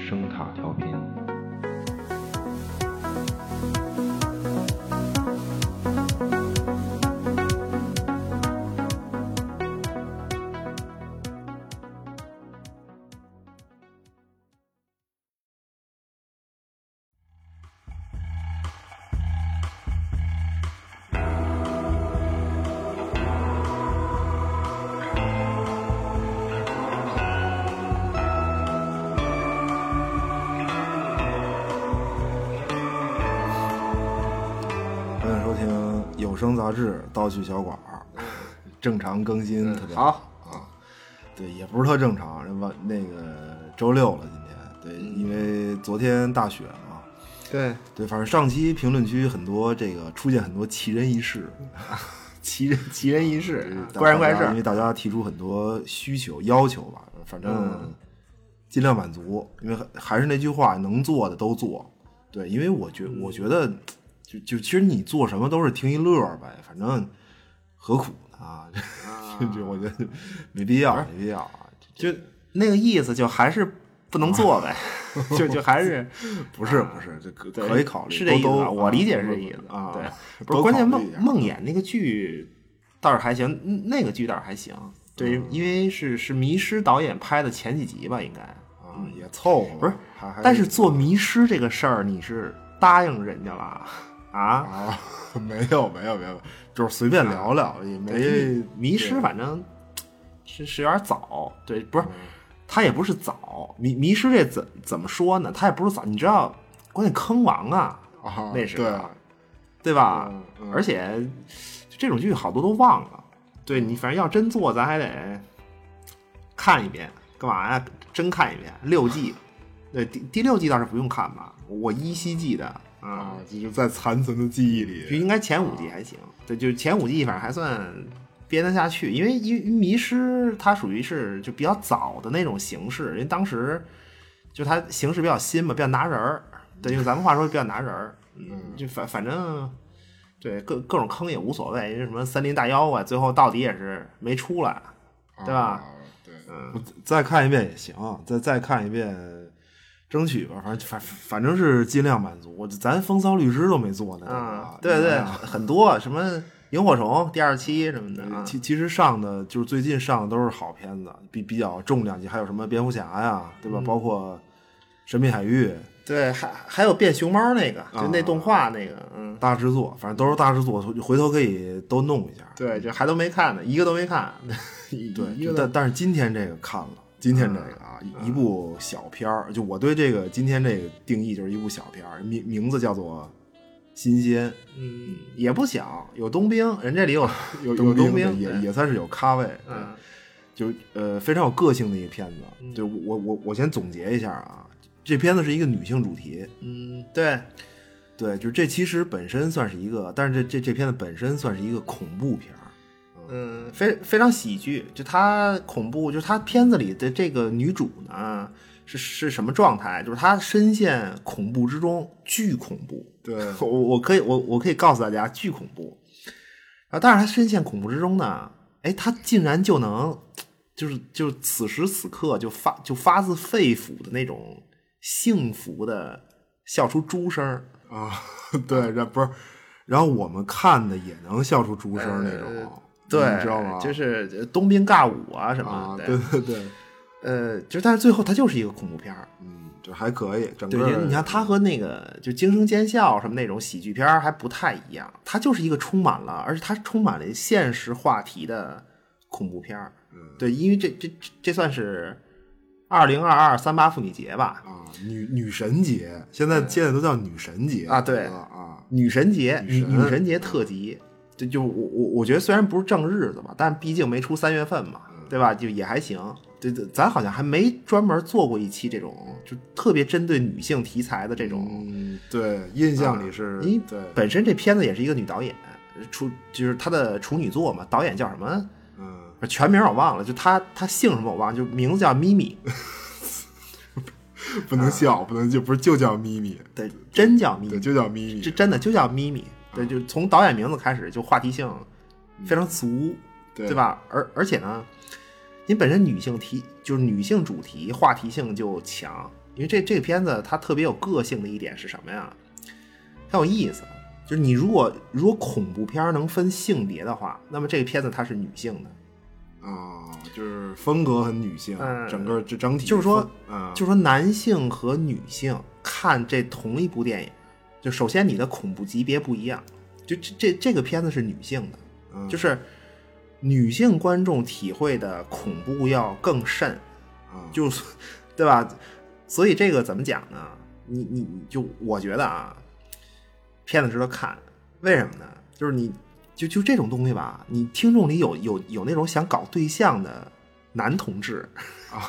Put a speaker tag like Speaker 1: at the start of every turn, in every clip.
Speaker 1: 声塔调频。
Speaker 2: 欢迎收听有声杂志《盗趣小馆儿》，正常更新特别好啊。对，也不是特正常，人晚那个周六了，今天对，因为昨天大雪嘛。
Speaker 3: 对，
Speaker 2: 对，反正上期评论区很多这个出现很多奇人异事，
Speaker 3: 奇人奇人异事，
Speaker 2: 大
Speaker 3: 嗯怪人怪事
Speaker 2: 大家因为
Speaker 3: 儿。
Speaker 2: 大家提出很多需求要求吧，反
Speaker 3: 嗯
Speaker 2: 正尽量满足，因为还还是那句话，能做的都做。对，因为我觉
Speaker 3: 嗯
Speaker 2: 我觉得，就就其实你做什么都是听一乐儿呗，反正何苦呢？啊，这 这我觉得没必要，没必要啊。
Speaker 3: 就那个意思，就还是不能做呗，就就还是
Speaker 2: 不是不啊是，这可
Speaker 3: 对
Speaker 2: 可以考虑，
Speaker 3: 是这意思
Speaker 2: 都
Speaker 3: 吧？
Speaker 2: 都
Speaker 3: 我理解是这意思
Speaker 2: 啊。
Speaker 3: 对，不
Speaker 2: 都
Speaker 3: 是关键
Speaker 2: 考
Speaker 3: 梦
Speaker 2: 虑一啊下
Speaker 3: 梦魇那个剧倒是还行，嗯那个剧倒是还行。对，因为是是迷失导演拍的前几集吧，应该。
Speaker 2: 啊，也凑合吧，
Speaker 3: 嗯不是
Speaker 2: 还还
Speaker 3: 但是做迷失这个事儿，你是答应人家了啊？
Speaker 2: 啊， 没有没有没有，就是随便聊聊，也没
Speaker 3: 对迷失，反正是是有点早。对，不
Speaker 2: 嗯
Speaker 3: 是，他也不是早迷迷失这怎怎么说呢？他也不是早，你知道，关键坑王啊，
Speaker 2: 啊，
Speaker 3: 那是
Speaker 2: 对
Speaker 3: 啊对吧？
Speaker 2: 嗯嗯
Speaker 3: 而且就这种剧好多都忘了。对你，反正要真做，咱还得看一遍，干嘛呀？真看一遍 六季，对第第六季倒是不用看吧，我依稀记得啊
Speaker 2: 啊，，就是在残存的记忆
Speaker 3: 就
Speaker 2: 里，
Speaker 3: 应该前五季还行，对，就是前五季反正还算编得下去，因为因为迷失它属于是就比较早的那种形式，因为当时就它形式比较新嘛，比较拿人儿，对，用咱们话说比较拿人儿，嗯，就反反正对各各种坑也无所谓，因为什么森林大妖啊，最后到底也是没出来，对吧嗯
Speaker 2: 啊？对，我再看一遍也行，再再看一遍，争取吧，反正反反正是尽量满足。我咱风骚律师都没做呢，
Speaker 3: 啊，
Speaker 2: 这
Speaker 3: 对
Speaker 2: 个
Speaker 3: 对，
Speaker 2: 哎呀
Speaker 3: 很多什么萤火虫第二期什么的啊，
Speaker 2: 其其实上的就是最近上的都是好片子，比比较重量级，还有什么蝙蝠侠呀，对
Speaker 3: 嗯
Speaker 2: 吧？包括神秘海域
Speaker 3: 对，还还有变熊猫那个，就那
Speaker 2: 啊
Speaker 3: 动画那个，嗯。
Speaker 2: 大制作，反正都是大制作，回头可以都弄一下。
Speaker 3: 对，就还都没看呢，一个都没看。 对
Speaker 2: 对，就但但是今天这个看了，今天这个啊，
Speaker 3: 嗯
Speaker 2: 一一部小片儿，就我对这个今天这个定义就是一部小片儿，名名字叫做《新鲜》，
Speaker 3: 嗯也不小，有冬兵，人这里有 有有
Speaker 2: 兵
Speaker 3: 冬兵，
Speaker 2: 也
Speaker 3: 对
Speaker 2: 也算是有咖位，对
Speaker 3: 嗯
Speaker 2: 就是呃非常有个性的一个片子。对我我我我先总结一下啊，这片子是一个女性主题，
Speaker 3: 嗯，对，
Speaker 2: 对，就是这其实本身算是一个，但是这这这片子本身算是一个恐怖片儿，
Speaker 3: 嗯，非非常喜剧，就她恐怖，就是她片子里的这个女主呢是是什么状态？就是她深陷恐怖之中，巨恐怖。
Speaker 2: 对
Speaker 3: 我我可以我我可以告诉大家，巨恐怖。啊，但是她深陷恐怖之中呢，哎，她竟然就能，就是就是此时此刻就发就发自肺腑的那种幸福的笑出猪声儿。
Speaker 2: 啊，对，然不是，然后我们看的也能笑出猪声儿那种，
Speaker 3: 呃对，
Speaker 2: 嗯你知道吗？
Speaker 3: 就是呃冬兵尬舞啊什么
Speaker 2: 啊，
Speaker 3: 的，
Speaker 2: 对对对，
Speaker 3: 呃，就但是最后它就是一个恐怖片儿。
Speaker 2: 嗯，就还可以，整
Speaker 3: 对，
Speaker 2: 个
Speaker 3: 就你看它和那个就《惊声尖笑》什么那种喜剧片儿还不太一样，它就是一个充满了，而且它充满了现实话题的恐怖片儿。
Speaker 2: 嗯
Speaker 3: 对，因为这这这这算是二零二二三八妇女节吧，
Speaker 2: 啊，女女神节，现在现在都叫女神节
Speaker 3: 啊对
Speaker 2: 啊，
Speaker 3: 女神节，
Speaker 2: 女
Speaker 3: 女
Speaker 2: 神
Speaker 3: 女神节特辑。这就我我我觉得虽然不是正日子吧，但毕竟没出三月份嘛，
Speaker 2: 嗯
Speaker 3: 对吧？就也还行。对对，咱好像还没专门做过一期这种就特别针对女性题材的这种。
Speaker 2: 嗯，对，印象里是，
Speaker 3: 因为
Speaker 2: 对，
Speaker 3: 本身这片子也是一个女导演处，就是她的处女作嘛。导演叫什么？
Speaker 2: 嗯，
Speaker 3: 全名我忘了，就她她姓什么我忘了，就名字叫咪咪，
Speaker 2: 不能笑，不能就不是就叫咪咪，
Speaker 3: 对，真叫咪
Speaker 2: 对，
Speaker 3: 咪，
Speaker 2: 就叫咪
Speaker 3: 这
Speaker 2: 咪，
Speaker 3: 真的就叫咪咪。对，就从导演名字开始就话题性非常足。
Speaker 2: 对
Speaker 3: 对？吧？而而且呢，您本身女性题就是女性主题话题性就强，因为这这个片子它特别有个性的一点是什么呀？它有意思，就是你如果如果恐怖片儿能分性别的话，那么这个片子它是女性的，
Speaker 2: 啊，就是风格很女性，
Speaker 3: 嗯
Speaker 2: 整个这整体
Speaker 3: 就是说
Speaker 2: 风，啊，
Speaker 3: 就是说男性和女性看这同一部电影，就首先你的恐怖级别不一样，就这这这个片子是女性的，
Speaker 2: 嗯
Speaker 3: 就是女性观众体会的恐怖要更甚，
Speaker 2: 啊
Speaker 3: 就是 对吧？所以这个怎么讲呢？你你你就我觉得啊，片子值得看，为什么呢？就是你就就这种东西吧，你听众里有有有那种想搞对象的男同志，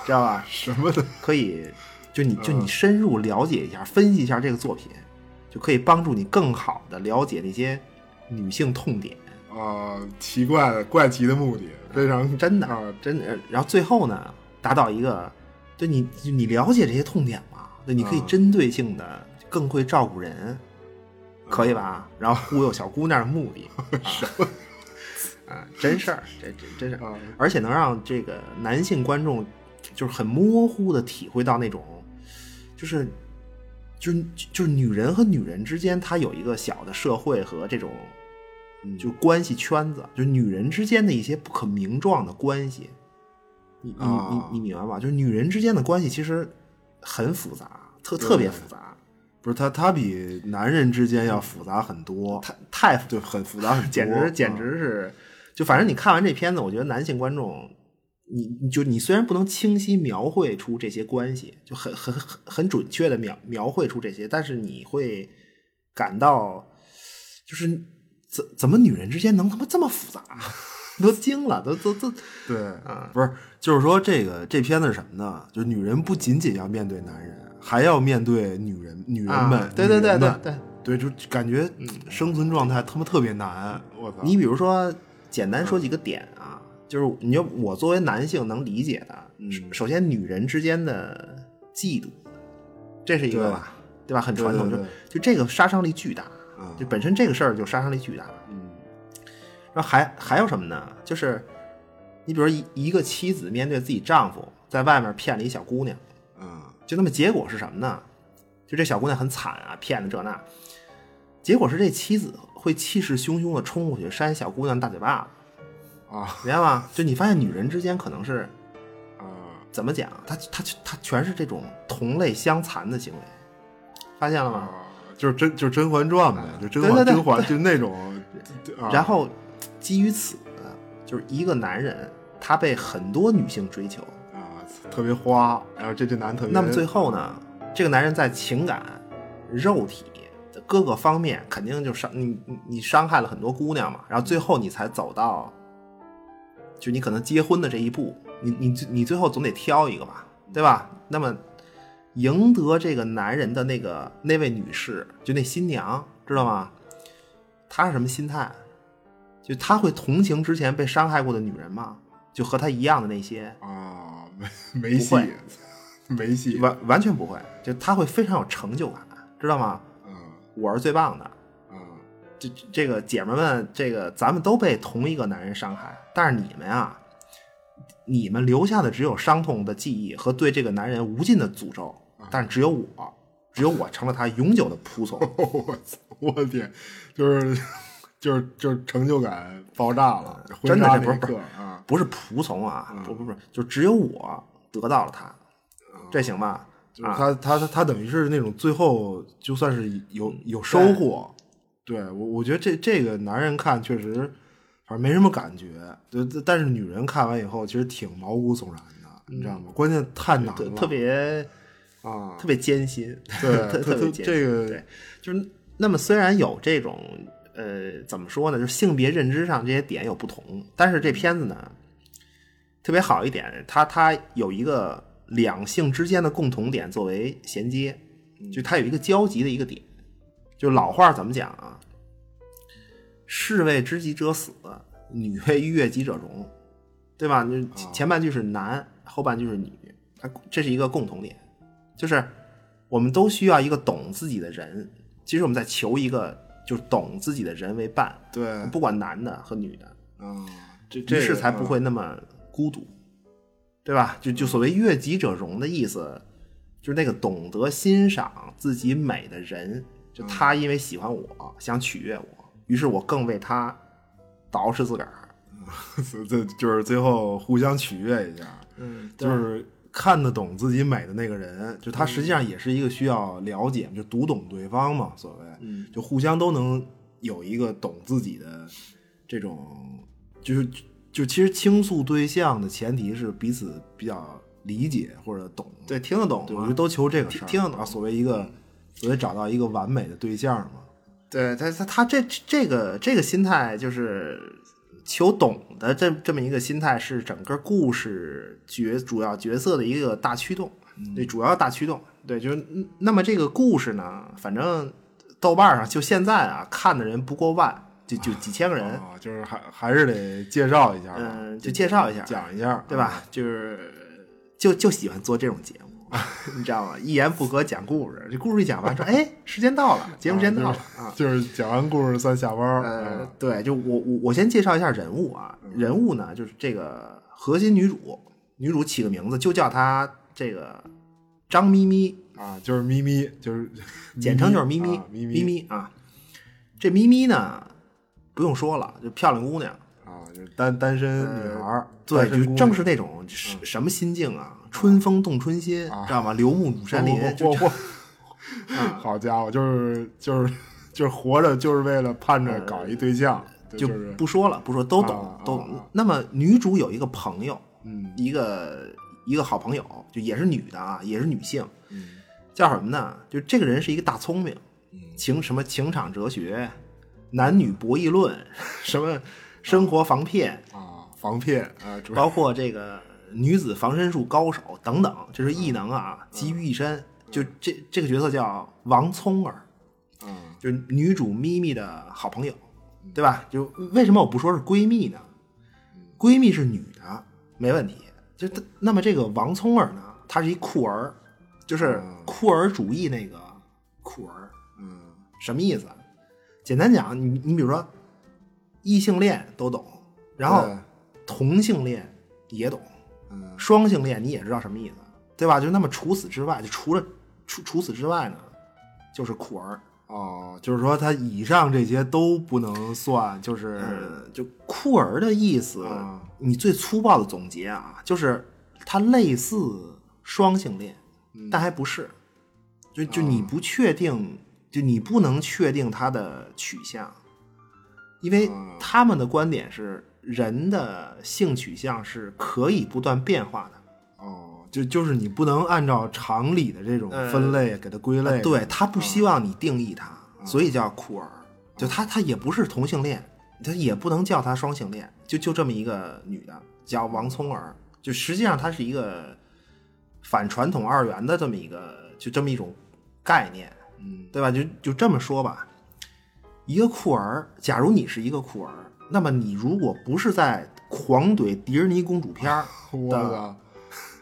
Speaker 3: 知道吧？
Speaker 2: 什么的，
Speaker 3: 可以就你就你深入了解一下，分析一下这个作品，就可以帮助你更好的了解那些女性痛点。
Speaker 2: 啊，奇怪的怪奇的目的，非常
Speaker 3: 真的
Speaker 2: 啊，
Speaker 3: 真的。然后最后呢，达到一个，对你就你了解这些痛点嘛，对，你可以
Speaker 2: 嗯
Speaker 3: 针对性的更会照顾人，可以吧？然后忽悠小姑娘的目的， 什么？啊，真事儿，这这真事儿，
Speaker 2: 啊
Speaker 3: 而且能让这个男性观众就是很模糊的体会到那种，就是。就是就是女人和女人之间，它有一个小的社会和这种
Speaker 2: 嗯
Speaker 3: 就关系圈子，就女人之间的一些不可名状的关系。你你你
Speaker 2: 啊
Speaker 3: 你明白吧？就是女人之间的关系其实很复杂，特
Speaker 2: 对
Speaker 3: 特别复杂，
Speaker 2: 不是他他比男人之间要复杂很多，
Speaker 3: 太太复
Speaker 2: 对，很复杂很多，嗯
Speaker 3: 简直简直是，就反正你看完这片子，我觉得男性观众，你你就你虽然不能清晰描绘出这些关系，就很很很很准确的描描绘出这些，但是你会感到，就是怎怎么女人之间能他妈这么复杂， 都惊了，都都都，
Speaker 2: 对，
Speaker 3: 嗯
Speaker 2: 不是，就是说这个这片子是什么呢？就是女人不仅仅要面对男人，还要面对女人，女人们，
Speaker 3: 啊、对对对
Speaker 2: 女人
Speaker 3: 对
Speaker 2: 们
Speaker 3: 对，
Speaker 2: 对，就感觉生存状态他妈特别难，我操，
Speaker 3: 你比如说，简单说几个点啊，就是你要我作为男性能理解的，
Speaker 2: 嗯
Speaker 3: 首先女人之间的嫉妒，这是一个
Speaker 2: 对
Speaker 3: 吧，对吧？很传统，
Speaker 2: 对对对
Speaker 3: 就就这个杀伤力巨大，
Speaker 2: 啊
Speaker 3: 就本身这个事儿就杀伤力巨大。
Speaker 2: 嗯
Speaker 3: 然后还还有什么呢？就是你比如一一个妻子面对自己丈夫在外面骗了一小姑娘，
Speaker 2: 嗯
Speaker 3: 就那么结果是什么呢？就这小姑娘很惨啊，骗了这那，结果是这妻子会气势汹汹的冲过去扇小姑娘大嘴巴子。
Speaker 2: 啊
Speaker 3: 明白吗？就你发现女人之间可能是
Speaker 2: 啊
Speaker 3: 怎么讲，她她她全是这种同类相残的行为，发现了吗？
Speaker 2: 啊，就是真就是《甄嬛传》呗，就甄
Speaker 3: 对
Speaker 2: 嬛
Speaker 3: 对对
Speaker 2: 甄嬛就那种，啊
Speaker 3: 然后基于此，就是一个男人他被很多女性追求，
Speaker 2: 啊特别花，然后这这男特别，
Speaker 3: 那么最后呢，这个男人在情感、肉体的各个方面肯定就伤你你你伤害了很多姑娘嘛，然后最后你才走到，就你可能结婚的这一步，你你你最后总得挑一个吧，对吧？那么赢得这个男人的那个那位女士，就那新娘，知道吗？她是什么心态？就她会同情之前被伤害过的女人吗？就和她一样的那些，
Speaker 2: 啊没没
Speaker 3: 不
Speaker 2: 戏
Speaker 3: 会，
Speaker 2: 没戏，
Speaker 3: 完完全不会，就他会非常有成就感，知道吗？
Speaker 2: 嗯
Speaker 3: 我是最棒的，
Speaker 2: 嗯
Speaker 3: 这这个姐们们，这个咱们都被同一个男人伤害，但是你们啊，你们留下的只有伤痛的记忆和对这个男人无尽的诅咒，但是只有我，只有我成了他永久的仆从。
Speaker 2: 我操！我的天，就是就是就是成就感爆炸了，
Speaker 3: 真的
Speaker 2: 婚纱
Speaker 3: 这不
Speaker 2: 那
Speaker 3: 是
Speaker 2: 一刻
Speaker 3: 不是
Speaker 2: 啊
Speaker 3: 不是仆从啊，
Speaker 2: 嗯
Speaker 3: 不不不，就只有我得到了他，这行吧？
Speaker 2: 就是他他他他等于是那种最后就算是有
Speaker 3: 嗯
Speaker 2: 有收获，对我我觉得这这个男人看确实反正没什么感觉，就但是女人看完以后其实挺毛骨悚然的，你知道吗？关键太难
Speaker 3: 嗯对，
Speaker 2: 了，
Speaker 3: 特别
Speaker 2: 啊，
Speaker 3: 特别艰辛，
Speaker 2: 对
Speaker 3: 特
Speaker 2: 特
Speaker 3: 特别
Speaker 2: 特
Speaker 3: 艰辛。
Speaker 2: 这个
Speaker 3: 对，就是那么虽然有这种呃怎么说呢，就是性别认知上这些点有不同，但是这片子呢特别好一点，它它有一个两性之间的共同点作为衔接，就它有一个交集的一个点。就老话怎么讲啊？士为知己者死，女为悦己者容，对吧？你
Speaker 2: 啊
Speaker 3: 前半句是男，后半句是女，它这是一个共同点，就是我们都需要一个懂自己的人。其实我们在求一个就是懂自己的人为伴，
Speaker 2: 对
Speaker 3: 不管男的和女的，
Speaker 2: 啊，这
Speaker 3: 于
Speaker 2: 这
Speaker 3: 是
Speaker 2: 个嗯
Speaker 3: 才不会那么孤独，对吧？就就所谓悦己者容的意思，就是那个懂得欣赏自己美的人，就
Speaker 2: 嗯
Speaker 3: 他因为喜欢我，想取悦我，于是我更为他捯饬自个儿。
Speaker 2: 这就是最后互相取悦一下，
Speaker 3: 嗯，
Speaker 2: 就是看得懂自己美的那个人，就他实际
Speaker 3: 嗯
Speaker 2: 上也是一个需要了解，就读懂对方嘛，所谓，
Speaker 3: 嗯，
Speaker 2: 就互相都能有一个懂自己的这种，就是就其实倾诉对象的前提是彼此比较理解或者懂，
Speaker 3: 对，听得懂
Speaker 2: 对，我觉得
Speaker 3: 吗？
Speaker 2: 都求这个事儿，
Speaker 3: 听听得懂嗯
Speaker 2: 啊所谓一个所谓找到一个完美的对象嘛，
Speaker 3: 对他他他这这个这个心态就是求懂的这这么一个心态是整个故事角主要角色的一个大驱动，
Speaker 2: 嗯
Speaker 3: 对，主要大驱动，对，就是嗯那么这个故事呢，反正豆瓣上就现在啊看的人不过万，就就几千个人，
Speaker 2: 啊，就是还还是得介绍一下吧，
Speaker 3: 嗯，就介绍一下，
Speaker 2: 讲一下，
Speaker 3: 对吧？就是就就喜欢做这种节目， 你知道吗？一言不合讲故事，这故事一讲完说，哎，时间到了，节目时间到了啊
Speaker 2: 啊？。 就是讲完故事算下班儿，
Speaker 3: 呃
Speaker 2: 嗯，
Speaker 3: 对，就我我我先介绍一下人物啊，人物呢就是这个核心女主，女主起个名字就叫她这个张咪咪，
Speaker 2: 啊，就是咪咪，就是
Speaker 3: 简称就是咪
Speaker 2: 咪
Speaker 3: 咪
Speaker 2: 啊咪
Speaker 3: 咪咪啊。这咪咪呢，不用说了，就漂亮姑娘，呃
Speaker 2: 啊，就是 单单身女孩儿，
Speaker 3: 对，
Speaker 2: 单身
Speaker 3: 就
Speaker 2: 姑娘嗯
Speaker 3: 正是那种什什么心境啊，春风动春心，
Speaker 2: 啊
Speaker 3: 知道吗？刘木乳山林，就
Speaker 2: 我我我，好家伙，就是就是就是活着就是为了盼着搞一对象，这
Speaker 3: 呃就
Speaker 2: 就是
Speaker 3: 不说了，不说，都懂，
Speaker 2: 啊
Speaker 3: 都
Speaker 2: 啊
Speaker 3: 懂。
Speaker 2: 啊
Speaker 3: 那么女主有一个朋友，
Speaker 2: 嗯
Speaker 3: 一个一个好朋友，就也是女的啊，也是女性，
Speaker 2: 嗯
Speaker 3: 叫什么呢？就这个人是一个大聪明，
Speaker 2: 嗯
Speaker 3: 情什么情场哲学、男女博弈论，什么生活防骗，
Speaker 2: 啊，防骗啊，主要
Speaker 3: 包括这个女子防身术高手等等，这是异能啊，集于一身。就这这个角色叫王聪儿，
Speaker 2: 啊
Speaker 3: 就是女主咪咪的好朋友，对吧？就为什么我不说是闺蜜呢？闺蜜是女的，没问题。就她那么这个王聪儿呢，她是一酷儿，就是酷儿主义那个酷儿，
Speaker 2: 嗯
Speaker 3: 什么意思？简单讲，你你比如说，异性恋都懂，然后
Speaker 2: 对
Speaker 3: 同性恋也懂，
Speaker 2: 嗯
Speaker 3: 双性恋你也知道什么意思，对吧？就那么除此之外，就除了除除此之外呢，就是酷儿。
Speaker 2: 哦，就是说他以上这些都不能算，就是
Speaker 3: 呃，就酷儿的意思，
Speaker 2: 啊
Speaker 3: 你最粗暴的总结啊，就是它类似双性恋，
Speaker 2: 嗯
Speaker 3: 但还不是。
Speaker 2: 啊
Speaker 3: 就就你不确定，就你不能确定它的取向，因为
Speaker 2: 啊
Speaker 3: 他们的观点是人的性取向是可以不断变化的，
Speaker 2: 哦，就就是你不能按照常理的这种
Speaker 3: 呃
Speaker 2: 分类给它归类，嗯
Speaker 3: 对他不希望你定义他，所以叫酷儿。就他他也不是同性恋，他也不能叫他双性恋，就就这么一个女的叫王聪儿，就实际上她是一个反传统二元的这么一个就这么一种概念，
Speaker 2: 嗯
Speaker 3: 对吧？就就这么说吧，一个酷儿，假如你是一个酷儿，那么你如果不是在狂怼迪士尼公主片儿
Speaker 2: 我
Speaker 3: 的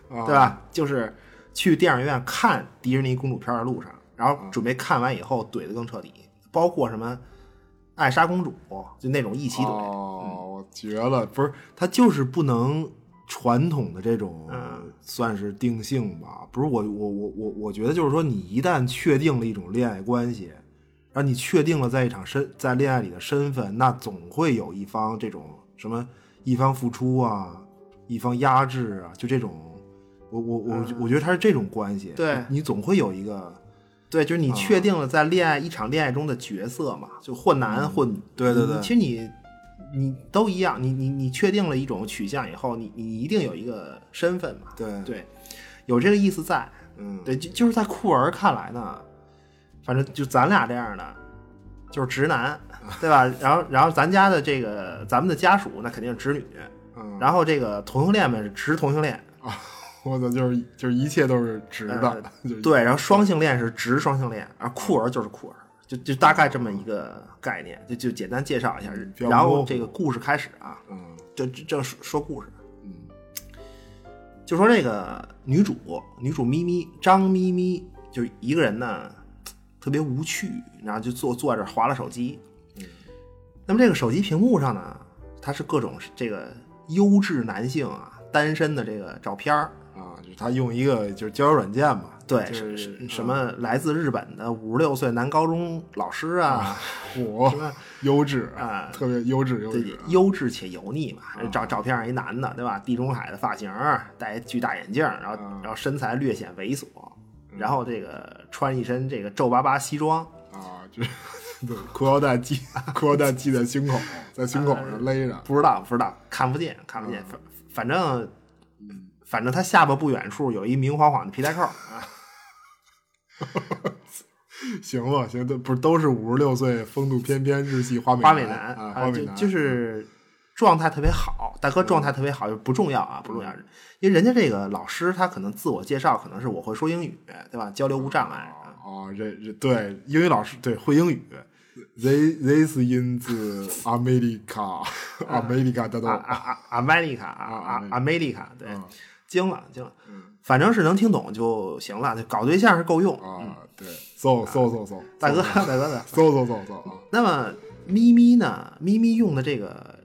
Speaker 2: 操，啊
Speaker 3: 对吧？就是去电影院看迪士尼公主片的路上，然后准备看完以后怼得更彻底，包括什么艾莎公主，就那种一起怼。
Speaker 2: 哦，我绝了，不是他就是不能传统的这种
Speaker 3: 嗯
Speaker 2: 算是定性吧？不是我我我我我觉得就是说，你一旦确定了一种恋爱关系，然后你确定了在一场身在恋爱里的身份，那总会有一方这种什么一方付出啊，一方压制啊，就这种，我我我、我觉得他是这种关系，
Speaker 3: 呃对
Speaker 2: 你总会有一个。
Speaker 3: 对，就是你
Speaker 2: 嗯
Speaker 3: 确定了在恋爱一场恋爱中的角色嘛，就或男或女。
Speaker 2: 嗯对对
Speaker 3: 你
Speaker 2: 对
Speaker 3: 其实你你都一样，你你你确定了一种取向以后，你你一定有一个身份嘛。
Speaker 2: 对，
Speaker 3: 对，有这个意思在。
Speaker 2: 嗯，
Speaker 3: 对，就就是在酷儿看来呢，反正就咱俩这样的，就是直 男，对吧？然后，然后咱家的这个咱们的家属那肯定是直女，
Speaker 2: 嗯，
Speaker 3: 然后这个同性恋们是直同性恋，
Speaker 2: 我操，就是就是一切都是直的，就是
Speaker 3: 呃对，然后双性恋是直双性恋，而酷儿就是酷儿，就就大概这么一个概念，就就简单介绍一下
Speaker 2: 嗯。比较
Speaker 3: 然
Speaker 2: 模
Speaker 3: 后
Speaker 2: 糊
Speaker 3: 这个故事开始啊，
Speaker 2: 嗯
Speaker 3: 这这这说说故事，
Speaker 2: 嗯
Speaker 3: 就说这个女主，女主咪咪张咪咪，就一个人呢，特别无趣，然后就坐坐在这儿划拉手机。
Speaker 2: 嗯
Speaker 3: 那么这个手机屏幕上呢，它是各种这个优质男性啊，单身的这个照片儿，
Speaker 2: 啊，就是他用一个就是交友软件嘛，
Speaker 3: 对，
Speaker 2: 就是
Speaker 3: 是
Speaker 2: 嗯
Speaker 3: 什么来自日本的五十六岁男高中老师啊，
Speaker 2: 我
Speaker 3: 什么
Speaker 2: 优质
Speaker 3: 啊
Speaker 2: 特别优质优
Speaker 3: 对
Speaker 2: 质啊，嗯
Speaker 3: 优质且油腻嘛，照照片上一男的，对吧？地中海的发型，戴一巨大眼镜，然后
Speaker 2: 啊
Speaker 3: 然后身材略显猥琐，
Speaker 2: 嗯
Speaker 3: 然后这个穿一身这个皱巴巴西装，
Speaker 2: 啊，这 对裤腰带系裤腰带系在胸口，在胸口
Speaker 3: 呃
Speaker 2: 上勒着，
Speaker 3: 不知道不知道看不见看不
Speaker 2: 嗯
Speaker 3: 见，反反正反正他下巴不远处有一明晃晃的皮带扣，
Speaker 2: 行吧行，这不是都是五十六岁风度翩翩日系花美
Speaker 3: 花美
Speaker 2: 男
Speaker 3: 男
Speaker 2: 啊，
Speaker 3: 啊，
Speaker 2: 花美
Speaker 3: 就
Speaker 2: 男嗯
Speaker 3: 就是状态特别好。大哥状态特别好，就不重要啊，不重要，因为人家这个老师他可能自我介绍可能是我会说英语，对吧？交流无障碍。
Speaker 2: 啊哦，这这对英语老师对会英语。They this in the America America 大都
Speaker 3: 啊啊啊！a m e r i c a 啊啊 a m e r i c a 对，
Speaker 2: 嗯
Speaker 3: 惊了惊了
Speaker 2: 嗯，
Speaker 3: 反正是能听懂就行了，就搞对象是够用。
Speaker 2: 啊，对，so so so so，
Speaker 3: 大哥， 大哥的。
Speaker 2: ，so so so so 啊，
Speaker 3: 那么咪咪呢？咪咪用的这个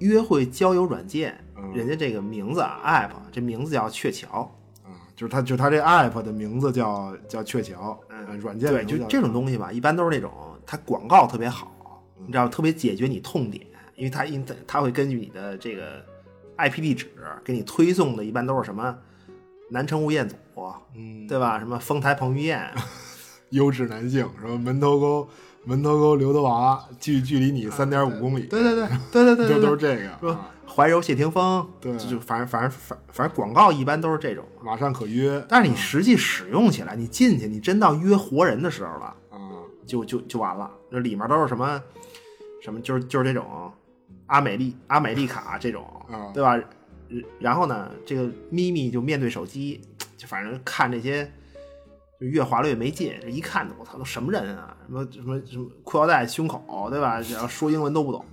Speaker 3: 约会交友软件
Speaker 2: 嗯，
Speaker 3: 人家这个名字啊，app 这名字叫鹊桥，
Speaker 2: 啊，就是他，就是他这 app 的名字叫叫鹊桥，呃软件
Speaker 3: 嗯对，
Speaker 2: 名字
Speaker 3: 就
Speaker 2: 叫
Speaker 3: 这种东西吧，一般都是那种它广告特别好，你知道，特别解决你痛点，因为它因它它会根据你的这个 IP 地址给你推送的，一般都是什么南城吴彦祖，
Speaker 2: 嗯
Speaker 3: 对吧？什么丰台彭于晏，
Speaker 2: 优质男性，什么门头沟门头沟刘德华，距距离你三点五公里，
Speaker 3: 啊对对对对对对
Speaker 2: 就
Speaker 3: 对
Speaker 2: 都是
Speaker 3: 对，
Speaker 2: 这个，
Speaker 3: 说
Speaker 2: 啊
Speaker 3: 怀柔谢霆锋，
Speaker 2: 对
Speaker 3: 就就反正反正反反正广告一般都是这种。
Speaker 2: 马上可约
Speaker 3: 但是你实际使用起来，你进去，你真到约活人的时候了，
Speaker 2: 啊，
Speaker 3: 就就就完了。那里面都是什么什么，就是就是这种阿美丽阿美丽卡这种
Speaker 2: 啊，
Speaker 3: 对吧？然然后呢，这个咪咪就面对手机，就反正看这些就越滑落越没劲，这一看我操，都什么人啊？什么什么什么裤腰带胸口，对吧？然后说英文都不懂，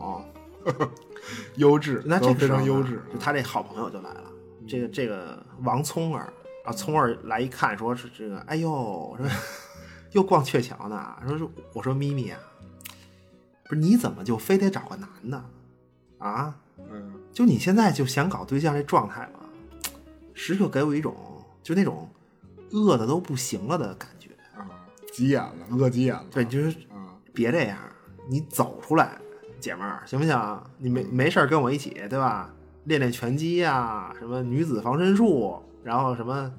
Speaker 2: 优质，
Speaker 3: 那这
Speaker 2: 都
Speaker 3: 个
Speaker 2: 非
Speaker 3: 时候
Speaker 2: 常
Speaker 3: 呢
Speaker 2: 优质，啊嗯
Speaker 3: 就他这好朋友就来了，这个这个王聪儿啊，聪儿来一看说是这个，哎 呦，我说又逛鹊桥呢，说是我说咪咪啊，不是你怎么就非得找个男的啊？
Speaker 2: 嗯
Speaker 3: 就你现在就想搞对象这状态吧，时刻给我一种就那种饿的都不行了的感觉。
Speaker 2: 啊，急眼了，饿急眼了，
Speaker 3: 对，你就是
Speaker 2: 啊，
Speaker 3: 别这样，你走出来，姐们儿，行不行？你没没事儿跟我一起，对吧？练练拳击呀、什么女子防身术，然后什么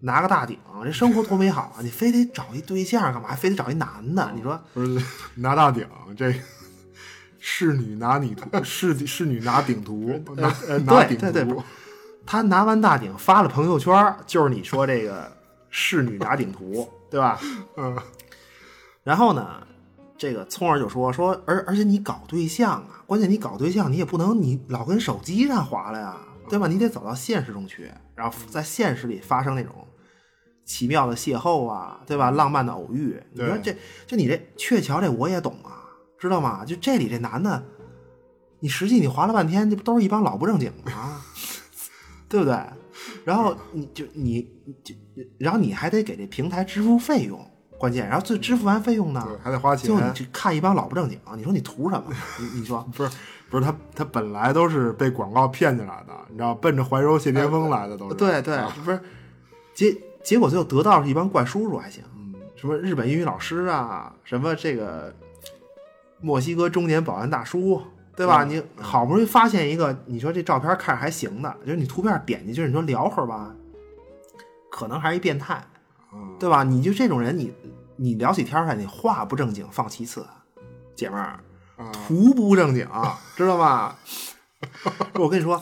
Speaker 3: 拿个大顶，这生活多美好啊！你非得找一对象干嘛？还非得找一男的？你说
Speaker 2: 啊不是拿大顶这个。侍女拿你图，侍侍女拿顶图，拿呃拿
Speaker 3: 对
Speaker 2: 顶
Speaker 3: 对对
Speaker 2: 图，
Speaker 3: 他拿完大顶发了朋友圈儿，就是你说这个侍女拿顶图，对吧？
Speaker 2: 嗯
Speaker 3: 然后呢，这个聪儿就说说，而而且你搞对象啊，关键你搞对象，你也不能你老跟手机上划拉呀，对吧？你得走到现实中去，然后在现实里发生那种奇妙的邂逅啊，对吧？浪漫的偶遇，你说
Speaker 2: 对
Speaker 3: 这就你这鹊桥这我也懂啊，知道吗？就这里这男的，你实际你划拉半天，这不都是一帮老不正经 吗？对不对？然后你就你你就，然后你还得给这平台支付费用，关键，然后最支付完费用呢，
Speaker 2: 嗯对，还得花钱，
Speaker 3: 啊就你这看一帮老不正经，你说你图什么？你你说
Speaker 2: 不是不是，他他本来都是被广告骗进来的，你知道，奔着怀柔谢霆锋来的都是。啊
Speaker 3: 对对，不是结结果最后得到是一帮怪叔叔还行，
Speaker 2: 嗯
Speaker 3: 什么日本英语老师啊，什么这个墨西哥中年保安大叔，对吧？
Speaker 2: 嗯
Speaker 3: 你好不容易发现一个，你说这照片看着还行的，就是你图片点进去，你说聊会儿吧，可能还是一变态，
Speaker 2: 嗯，
Speaker 3: 对吧？你就这种人，你你聊起天儿来，你话不正经放其次，姐们儿
Speaker 2: 啊，
Speaker 3: 图不正经，啊知道吗？ 我跟你说，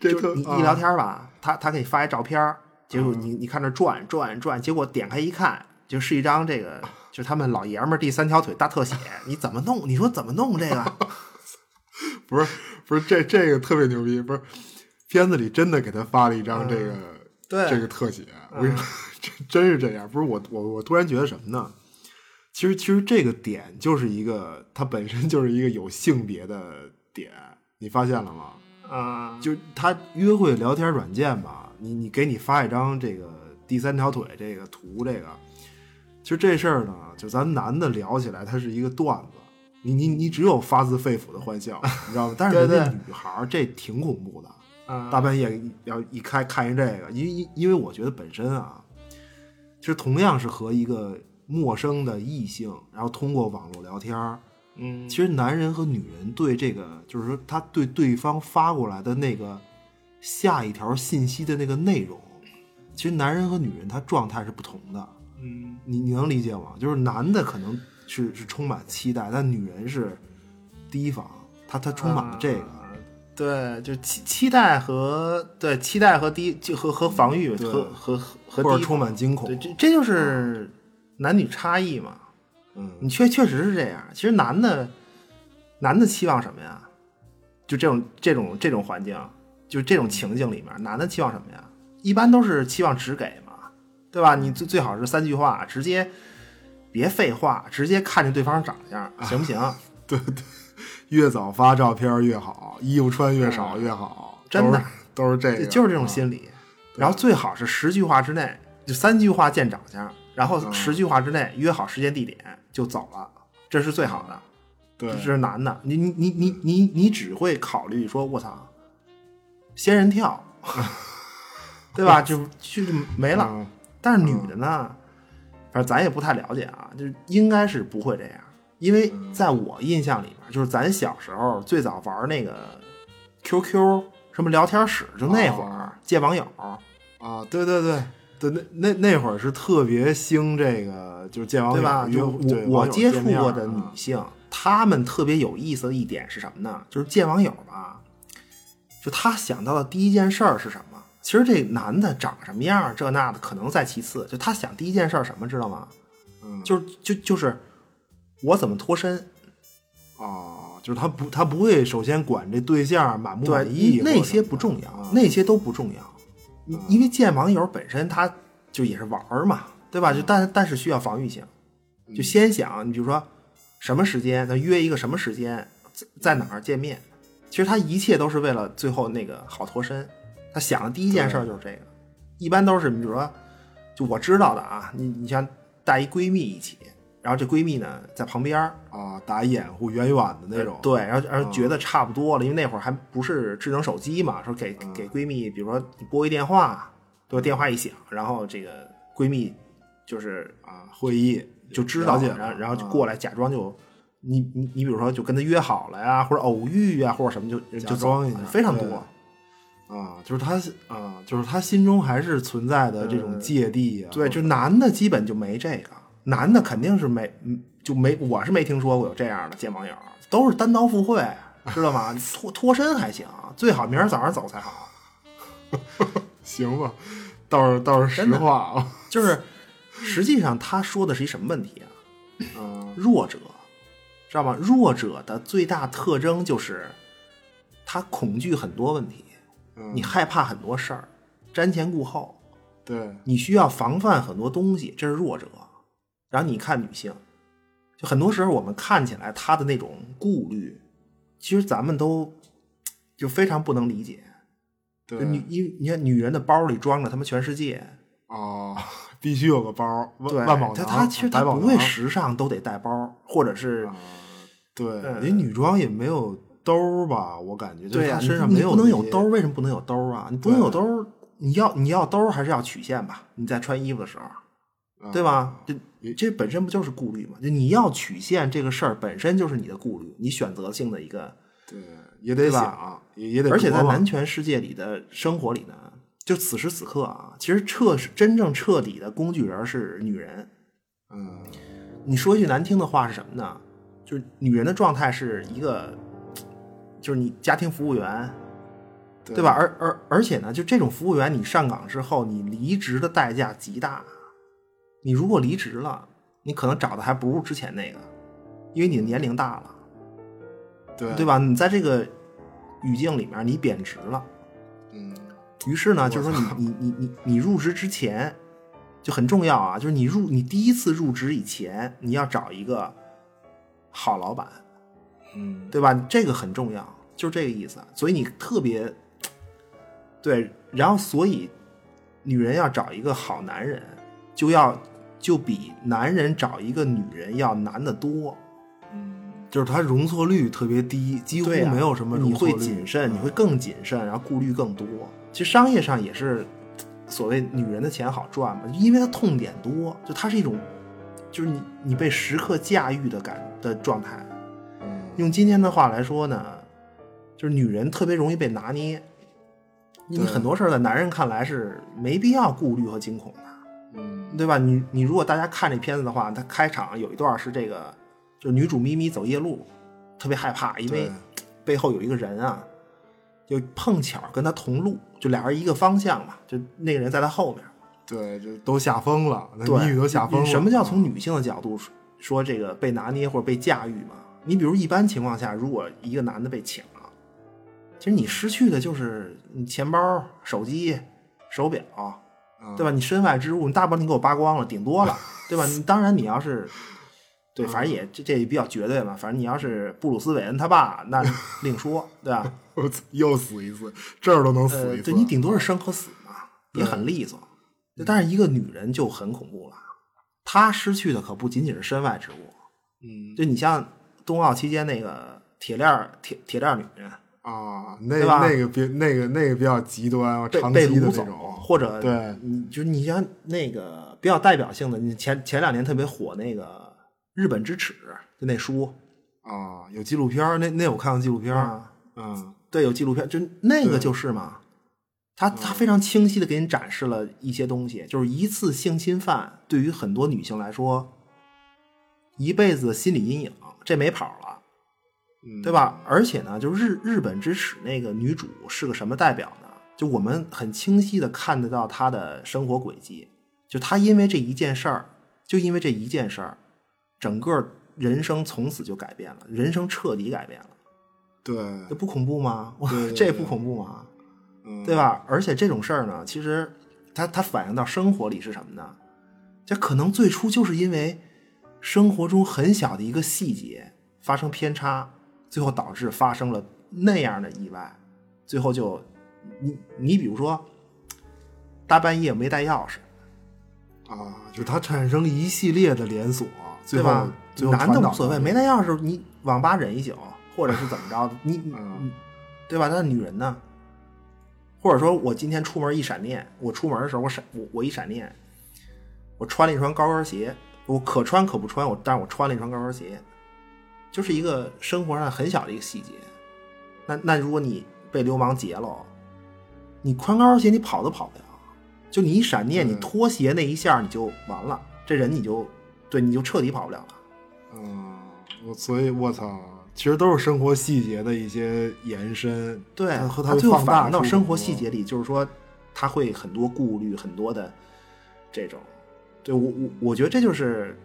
Speaker 2: 这
Speaker 3: 就
Speaker 2: 特
Speaker 3: 你
Speaker 2: 啊
Speaker 3: 一聊天吧，他他给你发一照片儿，结果你你看这转转转，结果点开一看，就是一张这
Speaker 2: 啊
Speaker 3: 个，就是他们老爷们儿第三条腿大 特写，你怎么弄？你说怎么弄这个？
Speaker 2: 不是不是这这个特别牛逼，不是片子里真的给他发了一张这个、
Speaker 3: 嗯对嗯
Speaker 2: 这个特写，我跟你说，真真是这样。不是我我我突然觉得什么呢？ 其实其实这个点就是一个，它本身就是一个有性别的点，你发现了吗？
Speaker 3: 啊，
Speaker 2: 就是他约会聊天软件吧，你你给你发一张这个第三条腿这个图，这个就这事儿呢，就咱男的聊起来，它是一个段子，你你你只有发自肺腑的欢笑，你知 道吗？但是人家
Speaker 3: 对对
Speaker 2: 女孩儿这挺恐怖的，
Speaker 3: 啊
Speaker 2: 大半夜要一开看一这个，因因因为我觉得本身啊，实同样是和一个陌生的异性，然后通过网络聊天儿，
Speaker 3: 嗯
Speaker 2: 其实男人和女人对这个，就是说他对对方发过来的那个下一条信息的那个内容，其实男人和女人他状态是不同的。
Speaker 3: 嗯
Speaker 2: 你你能理解吗？就是男的可能是是充满期待，但女人是提防，他他充满了这个。
Speaker 3: 啊对，就期期待和对期待和低就和和防御
Speaker 2: 对
Speaker 3: 和和和和
Speaker 2: 或者
Speaker 3: 低
Speaker 2: 充满惊恐
Speaker 3: 对，，这这就是男女差异嘛。
Speaker 2: 嗯，
Speaker 3: 你确确实是这样。其实男的，男的期望什么呀？就这种这种这种环境，就这种情境里面，男的期望什么呀？一般都是期望直给嘛，对吧？你最最好是三句话，直接别废话，直接看见对方长相，行不行？
Speaker 2: 越早发照片越好，衣服穿越少
Speaker 3: 嗯
Speaker 2: 越好，
Speaker 3: 真的
Speaker 2: 都是都是这个，
Speaker 3: 就是这种
Speaker 2: 啊。
Speaker 3: 心理。然后最好是十句话之内，就三句话见长相，然后
Speaker 2: 嗯
Speaker 3: 十句话之内约好时间地点就走了，这是最好的。
Speaker 2: 对
Speaker 3: 这，是男的，你你你你你你只会考虑说，我操，仙人跳， 对吧？就就就没了。
Speaker 2: 嗯
Speaker 3: 但是女的呢，反正咱也不太了解啊，就应该是不会这样，因为在我印象里面，就是咱小时候最早玩那个 QQ 什么聊天室，就那会儿借网友，
Speaker 2: 啊，对对对对，那那那会儿是特别兴这个，就是见网友
Speaker 3: 对吧？
Speaker 2: 约
Speaker 3: 就
Speaker 2: 会对网
Speaker 3: 我我
Speaker 2: 友
Speaker 3: 接
Speaker 2: 见
Speaker 3: 触
Speaker 2: 面
Speaker 3: 过的女
Speaker 2: 啊
Speaker 3: 性，她们特别有意思的一点是什么呢？就是见网友吧，就她想到的第一件事儿是什么？其实这男的长什么样儿，这那的可能在其次。就她想第一件事儿什么，知道吗？
Speaker 2: 嗯
Speaker 3: 就是就就是我怎么脱身？
Speaker 2: 啊，就是他不他不会首先管这对象满不
Speaker 3: 对
Speaker 2: 满意，，
Speaker 3: 那些不重要
Speaker 2: 啊，嗯
Speaker 3: 那些都不重要。你因为见网友本身他就也是玩儿嘛，对吧？
Speaker 2: 嗯
Speaker 3: 就但但是需要防御性，就先想你比如说什么时间，咱约一个什么时间，在在哪儿见面。其实他一切都是为了最后那个好脱身。他想的第一件事儿就是这个，一般都是你比如说，就我知道的啊，你你像带一闺蜜一起，然后这闺蜜呢在旁边儿，
Speaker 2: 啊打掩护远远的那种，
Speaker 3: 呃对，然后然后
Speaker 2: 嗯
Speaker 3: 觉得差不多了，因为那会儿还不是智能手机嘛，说给
Speaker 2: 嗯
Speaker 3: 给闺蜜，比如说你拨一电话，对吧？电话一响，然后这个闺蜜就是
Speaker 2: 啊会议
Speaker 3: 就知道，
Speaker 2: 了解
Speaker 3: 然后
Speaker 2: 了
Speaker 3: 然后就
Speaker 2: 啊
Speaker 3: 过来假装就。你你你，比如说就跟她约好了呀，或者偶遇呀，或者什么就就
Speaker 2: 假
Speaker 3: 就
Speaker 2: 装
Speaker 3: 走
Speaker 2: 一下
Speaker 3: 非常多。
Speaker 2: 对啊，就是他啊，就是他心中还是存在呃的这种芥蒂啊，
Speaker 3: 对，就男的基本就没这个，男的肯定是没，嗯就没，我是没听说过有这样的见网友，都是单刀赴会，啊知道吗？脱脱身还行，最好明儿早上走才好。
Speaker 2: 行吧，倒是倒是实
Speaker 3: 真的
Speaker 2: 话啊，
Speaker 3: 就是实际上他说的是一什么问题啊？
Speaker 2: 嗯
Speaker 3: 弱者，知道吗？弱者的最大特征就是他恐惧很多问题，
Speaker 2: 嗯
Speaker 3: 你害怕很多事儿，瞻前顾后，
Speaker 2: 对，
Speaker 3: 你需要防范很多东西，这是弱者。然后你看女性，就很多时候我们看起来她的那种顾虑，其实咱们都就非常不能理解。
Speaker 2: 对
Speaker 3: 就女，因为你看女人的包里装着他妈全世界，
Speaker 2: 哦， 必须有个包，万
Speaker 3: 对，
Speaker 2: 万宝
Speaker 3: 她
Speaker 2: 囊，
Speaker 3: 她其实她
Speaker 2: 百宝
Speaker 3: 不会
Speaker 2: 囊
Speaker 3: 时尚都得带包，或者是
Speaker 2: 啊对，
Speaker 3: 嗯
Speaker 2: 人女装也没有兜儿吧？我感觉就是
Speaker 3: 呀、
Speaker 2: 她
Speaker 3: 你
Speaker 2: 身上
Speaker 3: 你
Speaker 2: 没有
Speaker 3: 不能
Speaker 2: 那
Speaker 3: 有
Speaker 2: 些
Speaker 3: 兜儿，为什么不能有兜儿啊？你不能有
Speaker 2: 对
Speaker 3: 兜儿，你要你要兜儿还是要曲线吧？你在穿衣服的时候，
Speaker 2: 啊
Speaker 3: 对吧？这
Speaker 2: 也
Speaker 3: 这本身不就是顾虑吗？就你要曲线这个事儿本身就是你的顾虑，你选择性的一个，
Speaker 2: 对，也得
Speaker 3: 对吧
Speaker 2: 想，也也得
Speaker 3: 而且在
Speaker 2: 琢磨
Speaker 3: 男权世界里的生活里呢，就此时此刻啊，其实彻真正彻底的工具人是女人。
Speaker 2: 嗯
Speaker 3: 你说一句难听的话是什么呢？就是女人的状态是一个，就是你家庭服务员，
Speaker 2: 对
Speaker 3: 对吧？？而而而且呢，就这种服务员，你上岗之后，你离职的代价极大。啊你如果离职了，你可能找的还不如之前那个，因为你的年龄大了，
Speaker 2: 对
Speaker 3: 对？吧？你在这个语境里面，你贬值了。
Speaker 2: 嗯，
Speaker 3: 于是呢，
Speaker 2: 我
Speaker 3: 就是说你你你你你入职之前就很重要啊，就是你入你第一次入职以前，你要找一个好老板，
Speaker 2: 嗯，
Speaker 3: 对吧？这个很重要，就是这个意思。所以你特别对，然后所以女人要找一个好男人，就要就比男人找一个女人要难得多。
Speaker 2: 嗯就是她容错率特别低，几乎
Speaker 3: 对啊
Speaker 2: 没有什么容
Speaker 3: 你
Speaker 2: 错
Speaker 3: 会
Speaker 2: 率。嗯
Speaker 3: 谨慎，你会更谨慎，然后顾虑更多。其实商业上也是所谓女人的钱好赚嘛，因为它痛点多，就它是一种，就是你你被时刻驾驭的感的状态。
Speaker 2: 嗯
Speaker 3: 用今天的话来说呢，就是女人特别容易被拿捏，你
Speaker 2: 对
Speaker 3: 很多事儿在男人看来是没必要顾虑和惊恐的。
Speaker 2: 嗯
Speaker 3: 对吧？你你如果大家看这片子的话，它开场有一段是这个，就是女主咪咪走夜路，特别害怕，因为
Speaker 2: 对
Speaker 3: 背后有一个人啊，就碰巧跟她同路，就俩人一个方向嘛，就那个人在她后面。
Speaker 2: 对，就都吓疯了，那
Speaker 3: 对，
Speaker 2: 谜语都吓疯了。嗯
Speaker 3: 什么叫从女性的角度说说这个被拿捏或者被驾驭嘛？你比如一般情况下，如果一个男的被抢，其实你失去的就是你钱包、手机、手表，
Speaker 2: 嗯
Speaker 3: 对吧？你身外之物，你大不了你给我扒光了，顶 多了，对吧？你当然你要是，
Speaker 2: 嗯
Speaker 3: 对，反正也这这也比较绝对嘛。反正你要是布鲁斯韦恩他爸，那另说，对吧？
Speaker 2: 我操，又死一次，这儿都能死
Speaker 3: 呃，
Speaker 2: 一次。啊
Speaker 3: 对你顶多是生和死嘛，也很利索。对但是一个女人就很恐怖了，她失去的可不仅仅是身外之物，
Speaker 2: 嗯
Speaker 3: 就你像冬奥期间那个铁链儿铁铁链儿女人
Speaker 2: 啊，那
Speaker 3: 对吧
Speaker 2: 那个别那个那个比较极端，啊
Speaker 3: 被
Speaker 2: 长
Speaker 3: 被
Speaker 2: 期的
Speaker 3: 掳
Speaker 2: 那
Speaker 3: 走，
Speaker 2: 种。
Speaker 3: 或者
Speaker 2: 对，
Speaker 3: 你就你像那个比较代表性的，你前前两年特别火那个《日本之耻》就那书
Speaker 2: 啊，有纪录片儿，那那我看过纪录片儿，
Speaker 3: 啊，
Speaker 2: 嗯
Speaker 3: 对，有纪录片，就那个
Speaker 2: 对
Speaker 3: 就是嘛，他他非常清晰的给你展示了一些东西，就是一次性侵犯对于很多女性来说，一辈子心理阴影，这没跑了。
Speaker 2: 嗯，
Speaker 3: 对？吧？而且呢，就日日本之耻那个女主是个什么代表呢？就我们很清晰的看得到她的生活轨迹，就她因为这一件事儿，就因为这一件事儿，整个人生从此就改变了，人生彻底改变了，
Speaker 2: 对，
Speaker 3: 这不恐怖吗？哇
Speaker 2: 对对，
Speaker 3: 这不恐怖吗？
Speaker 2: 嗯
Speaker 3: 对？吧？而且这种事儿呢，其实它它反映到生活里是什么呢？这可能最初就是因为生活中很小的一个细节发生偏差，最后导致发生了那样的意外，最后就你你比如说大半夜没带钥匙，
Speaker 2: 啊，就是它产生一系列的连锁，最
Speaker 3: 对
Speaker 2: 后
Speaker 3: 吧？
Speaker 2: 最后
Speaker 3: 男的
Speaker 2: 传导
Speaker 3: 无所谓，
Speaker 2: 到
Speaker 3: 没带钥匙你网吧忍一宿，或者是怎么着的，你你
Speaker 2: 嗯
Speaker 3: 你对吧？但是女人呢？或者说我今天出门一闪念，我出门的时候我闪我我一闪念，我穿了一双高跟鞋，我可穿可不穿，我但是我穿了一双高跟鞋，就是一个生活上很小的一个细节。那那如果你被流氓劫了，你穿高跟鞋你跑都跑不了，就你一闪念，
Speaker 2: 对
Speaker 3: 你脱鞋那一下你就完了，这人你就对你就彻底跑不了了。
Speaker 2: 嗯，我所以我操，其实都是生活细节的一些延伸，
Speaker 3: 对，
Speaker 2: 它它
Speaker 3: 呃他
Speaker 2: 会
Speaker 3: 最后
Speaker 2: 放
Speaker 3: 反
Speaker 2: 大
Speaker 3: 映到
Speaker 2: 出嗯
Speaker 3: 生
Speaker 2: 很多
Speaker 3: 活细节里，就是说他会很多顾虑，很多的这种。对我我我觉得这就是，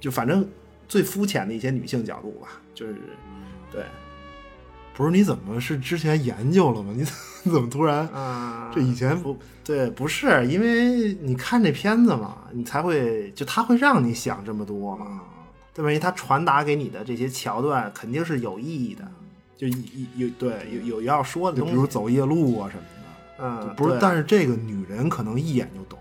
Speaker 3: 就反正最肤浅的一些女性角度吧，就是
Speaker 2: 嗯
Speaker 3: 对
Speaker 2: 不是？你怎么是之前研究了吗？你 怎你怎么突然
Speaker 3: 啊
Speaker 2: 这以前
Speaker 3: 不对，不是因为你看这片子嘛，你才会就他会让你想这么多嘛，
Speaker 2: 啊？
Speaker 3: 对吧？因为他传达给你的这些桥段肯定是有意义的，就有有对有有要说
Speaker 2: 嗯
Speaker 3: 的
Speaker 2: 就
Speaker 3: 东
Speaker 2: 比
Speaker 3: 西，
Speaker 2: 如走夜路啊什么的，
Speaker 3: 嗯，
Speaker 2: 不是？
Speaker 3: 对
Speaker 2: 但是这个女人可能一眼就懂，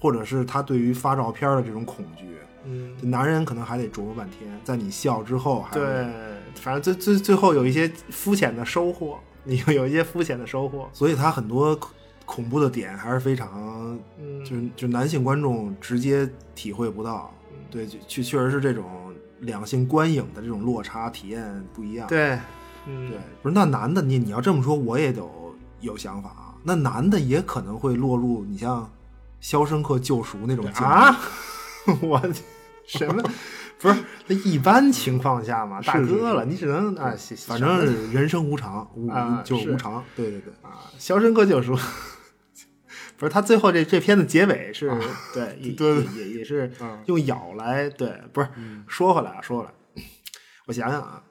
Speaker 2: 或者是她对于发照片的这种恐惧，
Speaker 3: 嗯
Speaker 2: 这男人可能还得琢磨半天，在你笑之后还会
Speaker 3: 对，反正最最最后有一些肤浅的收获，你有有一些肤浅的收获。
Speaker 2: 所以他很多恐恐怖的点还是非常，
Speaker 3: 嗯嗯
Speaker 2: 就就男性观众直接体会不到，对，就确确实是这种两性观影的这种落差体验不一样。
Speaker 3: 对，
Speaker 2: 对
Speaker 3: 嗯，
Speaker 2: 不是那男的你你要这么说，我也有有想法啊，那男的也可能会落入你像《肖申克救赎》那种境地，
Speaker 3: 啊， 我什么？不是，那一般情况下嘛，大
Speaker 2: 是是
Speaker 3: 哥
Speaker 2: 是
Speaker 3: 了，你只能啊，行
Speaker 2: 哎反
Speaker 3: 什么
Speaker 2: 正人生无常，无
Speaker 3: 啊
Speaker 2: 就是嗯无常，对对对，
Speaker 3: 啊，《肖申克救赎》 不是他最后这这片子结尾是、对，也
Speaker 2: 啊对对
Speaker 3: 也也也是
Speaker 2: 嗯
Speaker 3: 用咬来对，不是、说回来啊，说回来，我想想啊，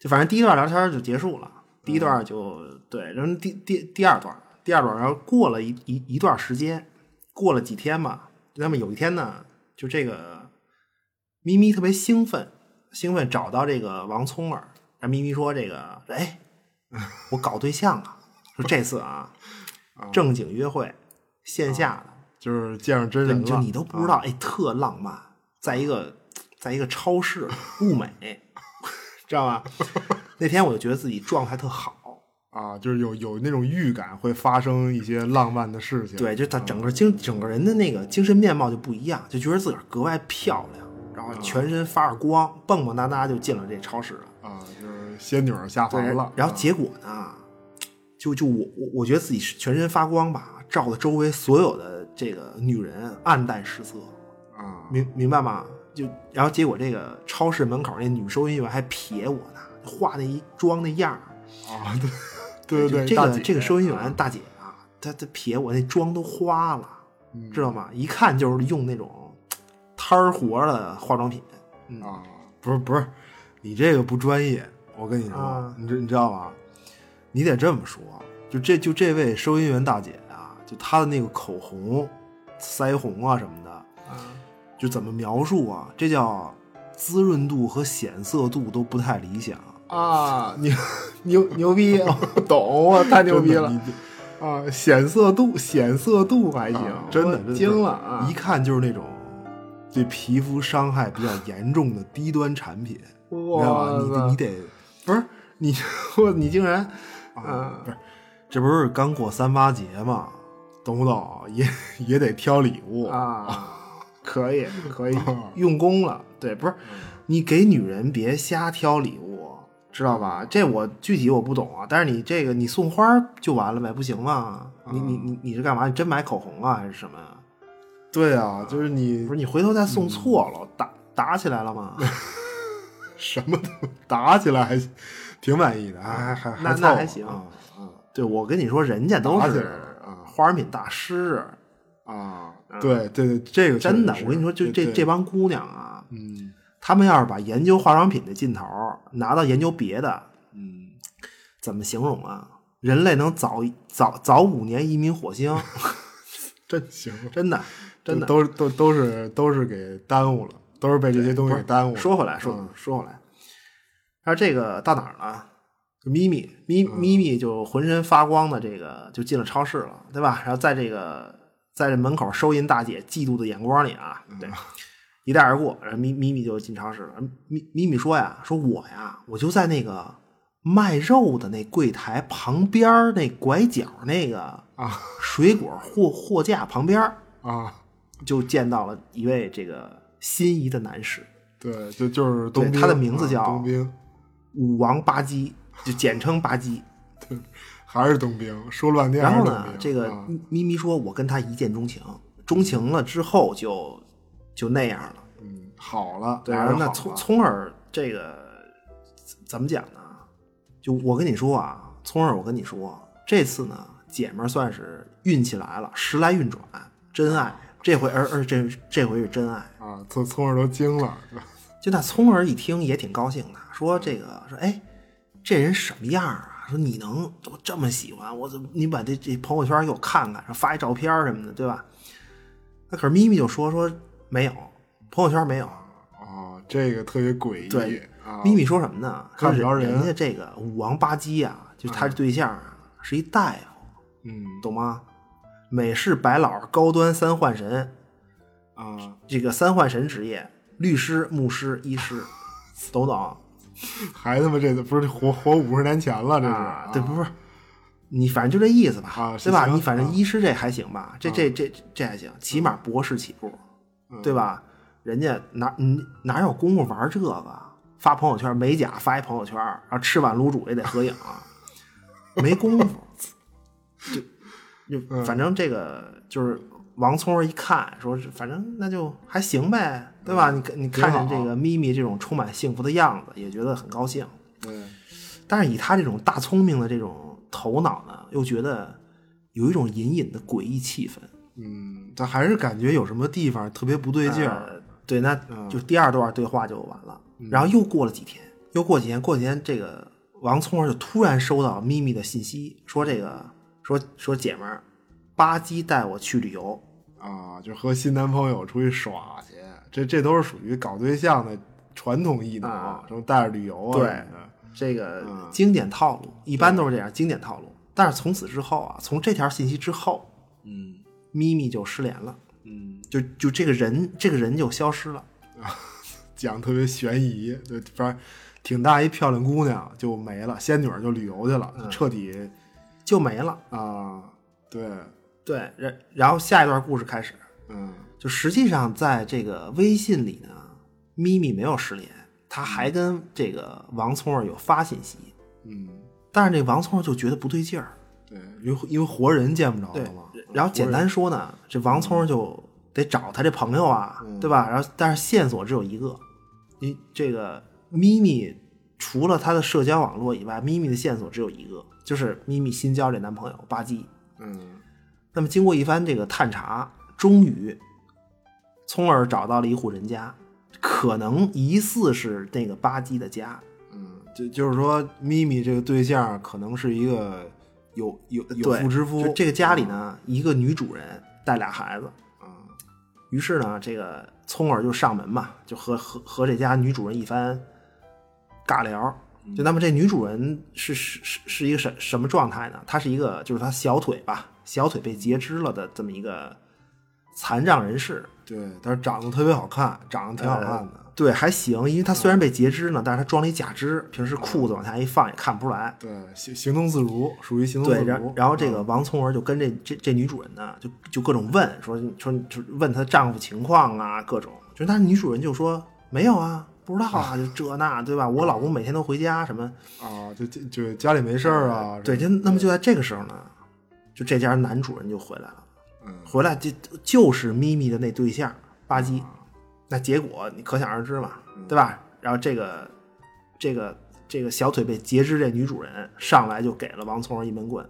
Speaker 3: 就反正第一段聊天就结束了，第一
Speaker 2: 嗯
Speaker 3: 段就、对，然后第第第二段，第二段然后过了一一一段时间，过了几天吧，那么有一天呢，就这个咪咪特别兴奋，兴奋找到这个王聪儿，然后咪咪说这个哎。我搞对象了， 说这次啊，正经约会，线下的，
Speaker 2: 就是见上啊真人
Speaker 3: 对
Speaker 2: 了，啊
Speaker 3: 就你都不知道，哎，特浪漫，在一个在一个超 市，物美，知道吧？那天我就觉得自己状态特好，
Speaker 2: 啊啊，就是有有那种预感会发生一些浪漫的事情。
Speaker 3: 对，就他
Speaker 2: 啊
Speaker 3: 整个精整个人的那个精神面貌就不一样，就觉得自个儿格外漂亮，然后全身发着光，蹦蹦哒哒就进了这超市了。
Speaker 2: 啊，就是仙女儿下
Speaker 3: 对
Speaker 2: 凡了，，嗯
Speaker 3: 然后结果呢，就就我我我觉得自己是全身发光吧，照的周围所有的这个女人暗淡失色，
Speaker 2: 啊
Speaker 3: 明明白吗？就然后结果这个超市门口那女收银员还瞥我呢，化那一妆那样儿，
Speaker 2: 啊，对对对对，
Speaker 3: 这
Speaker 2: 大
Speaker 3: 个
Speaker 2: 姐
Speaker 3: 这个收银员大姐啊，她她瞥我那妆都花了，
Speaker 2: 嗯
Speaker 3: 知道吗？一看就是用那种摊儿活的化妆品。
Speaker 2: 啊，不是不是，你这个不专业，我跟你说，
Speaker 3: 啊
Speaker 2: 你知你知道吗？你得这么说，就这就这位收银员大姐啊，就她的那个口红、腮红啊什么的，就怎么描述啊？这叫滋润度和显色度都不太理想。
Speaker 3: 啊， 牛牛牛 逼，
Speaker 2: 啊
Speaker 3: 懂，我太牛逼了
Speaker 2: 真的你
Speaker 3: 啊！显色度，显色度还行，
Speaker 2: 啊真的
Speaker 3: 哎我
Speaker 2: 真的
Speaker 3: 惊了啊
Speaker 2: 一！看就是那种对皮肤伤害比较严重的低端产品，你知道吧？你得
Speaker 3: 塞
Speaker 2: 你得，
Speaker 3: 不是你， 我你竟然啊
Speaker 2: 不是，这不是刚过三八节嘛，懂不懂？也也得挑礼物
Speaker 3: 啊，可以可以
Speaker 2: 啊，
Speaker 3: 用功了。对，不是
Speaker 2: 嗯
Speaker 3: 你给女人别瞎挑礼物，知道吧？这我具体我不懂啊，但是你这个你送花儿就完了呗，不行吗？
Speaker 2: 嗯
Speaker 3: 你你你你是干嘛？你真买口红啊，还是什么呀？
Speaker 2: 对啊，就是你嗯
Speaker 3: 不是你回头再送错了，打打起来 了吗？
Speaker 2: 什么都打起来还挺满意的，还还
Speaker 3: 那
Speaker 2: 凑
Speaker 3: 那
Speaker 2: 合
Speaker 3: 还行
Speaker 2: 啊
Speaker 3: 对，我跟你说，人家都
Speaker 2: 打起
Speaker 3: 是
Speaker 2: 来了啊
Speaker 3: 化妆品大师，
Speaker 2: 啊！对对对，这个确实
Speaker 3: 真的。
Speaker 2: 是
Speaker 3: 我跟你说，就
Speaker 2: 对
Speaker 3: 这这帮姑娘啊，
Speaker 2: 嗯
Speaker 3: 她们要是把研究化妆品的劲头儿拿到研究别的，
Speaker 2: 嗯，
Speaker 3: 怎么形容啊？人类能早一早早五年移民火星，
Speaker 2: 真行，
Speaker 3: 真的 真的。
Speaker 2: 都都都是都是给耽误了，都是被这些东西给耽误嗯了。
Speaker 3: 说回来，说、说回来，然后这个到哪儿了？就咪咪咪
Speaker 2: 嗯
Speaker 3: 咪咪就浑身发光的这个就进了超市了，对吧？然后在这个在这门口收银大姐嫉妒的眼光里啊，
Speaker 2: 嗯
Speaker 3: 对，一带而过。然后咪咪咪就进超市了。咪咪咪说呀，说我呀，我就在那个卖肉的那柜台旁边儿那拐角那个
Speaker 2: 啊
Speaker 3: 水果货货架旁边儿，
Speaker 2: 啊，
Speaker 3: 就见到了一位这个心仪的男士。
Speaker 2: 对，就就是冬
Speaker 3: 对
Speaker 2: 兵，
Speaker 3: 他的名字
Speaker 2: 啊
Speaker 3: 叫
Speaker 2: 冬兵，
Speaker 3: 武王吧唧，就简称吧唧。
Speaker 2: 还是冬兵，说了半天
Speaker 3: 然
Speaker 2: 还是
Speaker 3: 后
Speaker 2: 冬兵。
Speaker 3: 呢，这个
Speaker 2: 啊
Speaker 3: 咪咪说，我跟他一见钟情，钟情了之后就就那样了。
Speaker 2: 嗯好了，
Speaker 3: 对，
Speaker 2: 俩
Speaker 3: 然
Speaker 2: 人
Speaker 3: 后那
Speaker 2: 好了
Speaker 3: 从从而这个怎么讲呢？就我跟你说啊，从而我跟你说，这次呢，姐们儿算是运气来了，时来运转，真爱。这回而而这这回是真爱。
Speaker 2: 啊，从从耳都惊了，
Speaker 3: 就那聪儿一听也挺高兴的，说这个说哎，这人什么样啊？说你能我这么喜欢我，怎么你把这这朋友圈给我看看，说发一照片什么的，对吧？那可是咪咪就说说没有，朋友圈没有。
Speaker 2: 啊，这个特别诡异，
Speaker 3: 对
Speaker 2: 啊，
Speaker 3: 咪咪说什么呢？
Speaker 2: 看不着
Speaker 3: 说
Speaker 2: 人
Speaker 3: 人家这个武王吧唧啊，就是他这对象啊，是一大夫，
Speaker 2: 嗯
Speaker 3: 懂吗？美式白老高端三幻神，
Speaker 2: 啊，
Speaker 3: 这个三幻神职业，律师、牧师、医师，懂不懂？
Speaker 2: 还他妈这不是活活五十年前了，这是，
Speaker 3: 啊，对，
Speaker 2: 啊
Speaker 3: 不是，你反正就这意思吧，
Speaker 2: 啊
Speaker 3: 对吧？
Speaker 2: 行
Speaker 3: 你反
Speaker 2: 啊
Speaker 3: 正医师这还行吧，这这这这还行，起码博士起步，
Speaker 2: 嗯
Speaker 3: 对吧？人家哪你哪有功夫玩这个？发朋友圈美甲发一朋友圈，然后吃碗卤煮也得合影，没功夫。 就
Speaker 2: 嗯
Speaker 3: 就反正这个就是王聪儿一看，说是反正那就还行呗，对吧？你你看见这
Speaker 2: 嗯挺啊
Speaker 3: 个咪咪这种充满幸福的样子，也觉得很高兴。
Speaker 2: 对，
Speaker 3: 但是以他这种大聪明的这种头脑呢，又觉得有一种隐隐的诡异气氛。
Speaker 2: 嗯，但还是感觉有什么地方特别不对劲儿，
Speaker 3: 呃对，那就第二段对话就完了。然后又过了几天，又过几天，过几天，这个王聪儿就突然收到咪咪的信息，说这个说说姐们儿，吧唧带我去旅游。
Speaker 2: 啊，就和新男朋友出去耍去，这这都是属于搞对象的传统艺能，
Speaker 3: 啊
Speaker 2: 什么带着旅游啊
Speaker 3: 对
Speaker 2: 什么的，
Speaker 3: 这个
Speaker 2: 嗯
Speaker 3: 经典套路，一般都是这样经典套路。但是从此之后啊，从这条信息之后，
Speaker 2: 嗯
Speaker 3: 咪咪就失联了，
Speaker 2: 嗯，
Speaker 3: 就就这个人这个人就消失了。
Speaker 2: 讲特别悬疑，就反正挺大一漂亮姑娘就没了，仙女儿就旅游去了，
Speaker 3: 嗯
Speaker 2: 彻底
Speaker 3: 就没了。
Speaker 2: 啊，对，
Speaker 3: 对，然然后下一段故事开始，
Speaker 2: 嗯
Speaker 3: 就实际上在这个微信里呢，咪咪没有失联，他还跟这个王聪儿有发信息，
Speaker 2: 嗯，
Speaker 3: 但是这王聪儿就觉得不对劲儿。
Speaker 2: 对，因为因为活人见不着
Speaker 3: 对
Speaker 2: 了嘛，，
Speaker 3: 然后简单说呢，这王聪就得找他这朋友啊，
Speaker 2: 嗯
Speaker 3: 对吧？然后但是线索只有一个，你这个咪咪除了她的社交网络以外，咪咪的线索只有一个，就是咪咪新交这男朋友吧唧。
Speaker 2: 嗯
Speaker 3: 那么经过一番这个探查，终于聪儿找到了一户人家，可能疑似是那个吧唧的家。
Speaker 2: 嗯，就就是说咪咪这个对象可能是一个有有有
Speaker 3: 对
Speaker 2: 妇之夫
Speaker 3: 就，这个家里呢，一个女主人带俩孩子，啊
Speaker 2: 嗯
Speaker 3: 于是呢，这个聪儿就上门嘛，就和和和这家女主人一番尬聊。
Speaker 2: 嗯
Speaker 3: 就那么这女主人是是是是一个什什么状态呢？她是一个就是她小腿吧，小腿被截肢了的这么一个残障人士，
Speaker 2: 对，但是长得特别好看，长得挺好看的，
Speaker 3: 呃对，还行，因为她虽然被截肢呢，但是她装了一假肢，平时裤子往下一放也看不出来。
Speaker 2: 对，行行动自如，属于行动自
Speaker 3: 对，
Speaker 2: 如。嗯啊
Speaker 3: 然然后这个王聪儿就跟这这这女主人呢，就就各种问，说说就问她丈夫情况啊，各种。就但是女主人就说没有啊，不知道啊，就这那对吧？我老公每天都回家什么，
Speaker 2: 啊，就就就家里没事儿啊，
Speaker 3: 对，就那么就在这个时候呢，就这家男主人就回来了，
Speaker 2: 嗯
Speaker 3: 回来就就是咪咪的那对象吧唧，那结果你可想而知嘛，
Speaker 2: 嗯
Speaker 3: 对吧？然后这个这个这个小腿被截肢这女主人上来就给了王聪儿一闷棍，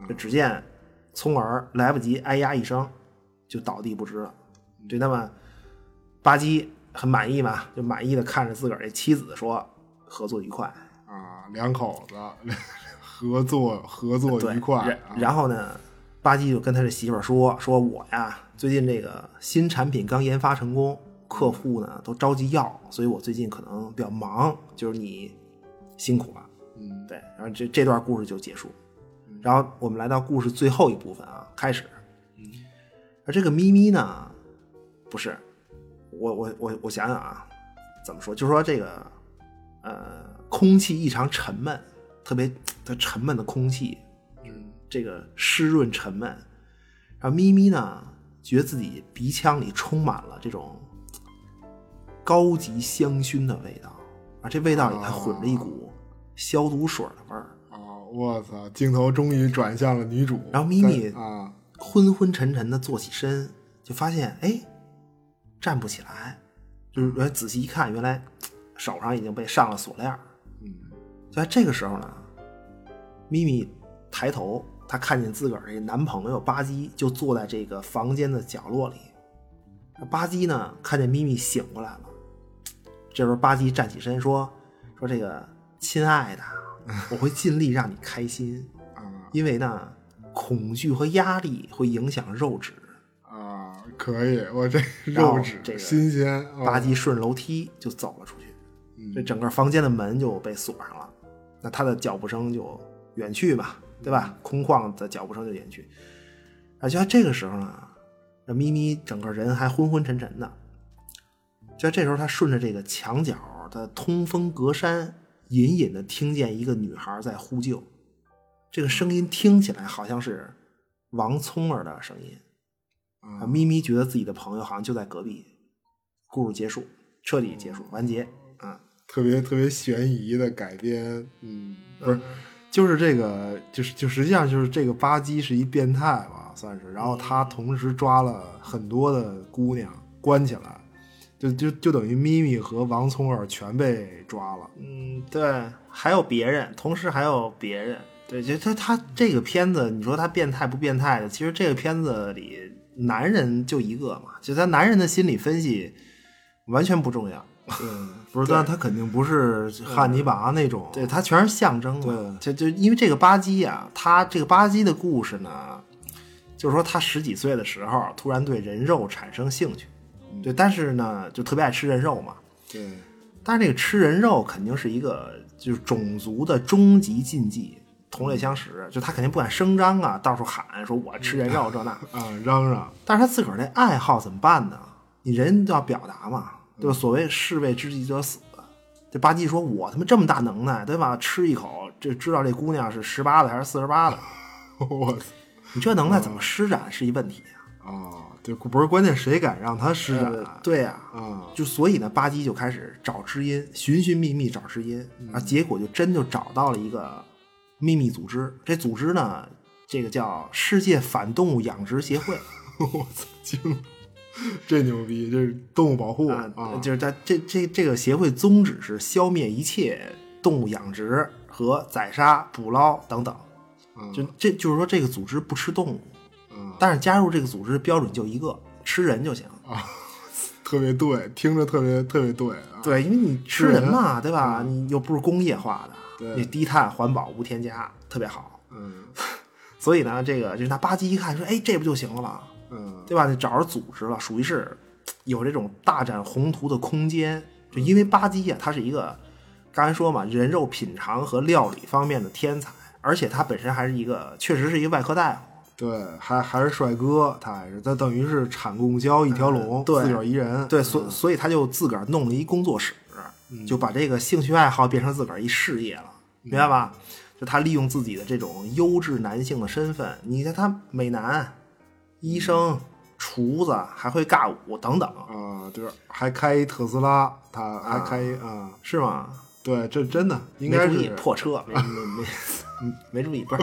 Speaker 2: 嗯
Speaker 3: 就只见聪儿来不及哎呀一声就倒地不知了。
Speaker 2: 嗯
Speaker 3: 对，那么吧唧很满意嘛，就满意的看着自个儿这妻子说：“合作愉快。”
Speaker 2: 啊，两口子 合作合作
Speaker 3: 对，
Speaker 2: 愉快
Speaker 3: 然
Speaker 2: 啊，
Speaker 3: 然后呢，吧唧就跟他这媳妇儿说：“说我呀，最近这个新产品刚研发成功，客户呢都着急要，所以我最近可能比较忙，就是你辛苦了。”
Speaker 2: 嗯，
Speaker 3: 对。然后这这段故事就结束。然后我们来到故事最后一部分啊，开始。而这个咪咪呢，不是，我我我我想想啊，怎么说？就说这个，呃，空气异常沉闷，特别特沉闷的空气，
Speaker 2: 嗯
Speaker 3: 这个湿润沉闷。然后咪咪呢，觉得自己鼻腔里充满了这种高级香薰的味道，而这味道里还混着一股消毒水的味儿。
Speaker 2: 啊，我操，镜头终于转向了女主，
Speaker 3: 然后咪咪
Speaker 2: 在啊，
Speaker 3: 昏昏沉沉的坐起身，就发现哎，站不起来。就是原来仔细一看，原来手上已经被上了锁链儿。
Speaker 2: 嗯
Speaker 3: 就在这个时候呢，咪咪抬头，她看见自个儿这男朋友吧唧就坐在这个房间的角落里。那吧唧呢，看见咪咪醒过来了，这时候吧唧站起身说：“说这个亲爱的，我会尽力让你开心，
Speaker 2: 啊
Speaker 3: 因为呢，恐惧和压力会影响肉质。”
Speaker 2: 啊，可以，我这
Speaker 3: 然后
Speaker 2: 肉质
Speaker 3: 这个
Speaker 2: 新鲜，
Speaker 3: 吧
Speaker 2: 唧，
Speaker 3: 唧顺着楼梯就走了出去，
Speaker 2: 嗯
Speaker 3: 这整个房间的门就被锁上了。那他的脚步声就远去吧，对吧？空旷的脚步声就远去。而就在这个时候呢，这咪咪整个人还昏昏沉沉的。就在这时候，他顺着这个墙角的通风隔栅，隐隐的听见一个女孩在呼救。这个声音听起来好像是王聪儿的声音。啊，咪咪觉得自己的朋友好像就在隔壁。故事结束，彻底结束，完结。啊，
Speaker 2: 特别特别悬疑的改编，嗯，不是，就是这个，就是就实际上就是这个吧唧是一变态吧，算是，然后他同时抓了很多的姑娘关起来，就就就等于咪咪和王聪儿全被抓了，
Speaker 3: 嗯，对，还有别人，同时还有别人。对，就他他这个片子，你说他变态不变态的？其实这个片子里男人就一个嘛，就他男人的心理分析完全不重要，
Speaker 2: 不是，但他肯定不是汉尼拔那种，
Speaker 3: 对他全是象征嘛。就就因为这个吧唧啊，他这个吧唧的故事呢，就是说他十几岁的时候突然对人肉产生兴趣，对，但是呢就特别爱吃人肉嘛，
Speaker 2: 对，
Speaker 3: 但是这个吃人肉肯定是一个就是种族的终极禁忌，同类相食，就他肯定不敢声张啊，到处喊说我吃人肉
Speaker 2: 嗯
Speaker 3: 这那，
Speaker 2: 啊，嚷嚷，
Speaker 3: 但是他自个儿这爱好怎么办呢？你人都要表达嘛，对
Speaker 2: 嗯
Speaker 3: 吧？所谓士为知己者死。这吧唧说：“我他妈这么大能耐，对吧？吃一口就知道这姑娘是十八的还是四十八的。
Speaker 2: 啊我
Speaker 3: 你这能耐
Speaker 2: 嗯
Speaker 3: 怎么施展是一问题啊？
Speaker 2: 啊，对，不是关键，谁敢让他施展
Speaker 3: 呃对呀、啊，
Speaker 2: 啊？
Speaker 3: 就所以呢，吧唧就开始找知音，寻寻觅觅找知音
Speaker 2: 嗯
Speaker 3: 啊，结果就真就找到了一个秘密组织。这组织呢，这个叫世界反动物养殖 协会。”
Speaker 2: 我操，惊了！这牛逼，这是动物保护
Speaker 3: 啊
Speaker 2: 啊，，
Speaker 3: 就是它这这这个协会宗旨是消灭一切动物养殖和宰杀、捕捞等等。
Speaker 2: 嗯
Speaker 3: 就这就是说，这个组织不吃动物，
Speaker 2: 嗯
Speaker 3: 但是加入这个组织标准就一个，吃人就行。
Speaker 2: 特别对，听着特别特别对啊。
Speaker 3: 对，因为你吃人嘛，对吧？你又不是工业化的，
Speaker 2: 对
Speaker 3: 你低碳环保无添加，特别好。
Speaker 2: 嗯
Speaker 3: 所以呢，这个就是他吧唧一看说，哎，这不就行了吗？
Speaker 2: 嗯
Speaker 3: 对吧？你找着组织了，属于是有这种大展宏图的空间。就因为吧唧呀，他是一个刚才说嘛，人肉品尝和料理方面的天才，而且他本身还是一个，确实是一个外科大夫。
Speaker 2: 对，还还是帅哥，他还是他等于是产供销一条龙，
Speaker 3: 哎对
Speaker 2: 自脚一人。
Speaker 3: 对，所所以他就自个儿弄了一工作室，
Speaker 2: 嗯
Speaker 3: 就把这个兴趣爱好变成自个儿一事业了，明白吧？就他利用自己的这种优质男性的身份，你看他美男、医生、厨子，还会尬舞等等，
Speaker 2: 啊，对，还开一特斯拉，他还开一啊，
Speaker 3: 是吗？
Speaker 2: 对，这真的应
Speaker 3: 没
Speaker 2: 该
Speaker 3: 注意
Speaker 2: 是
Speaker 3: 破车，没没没，嗯没注 意，不是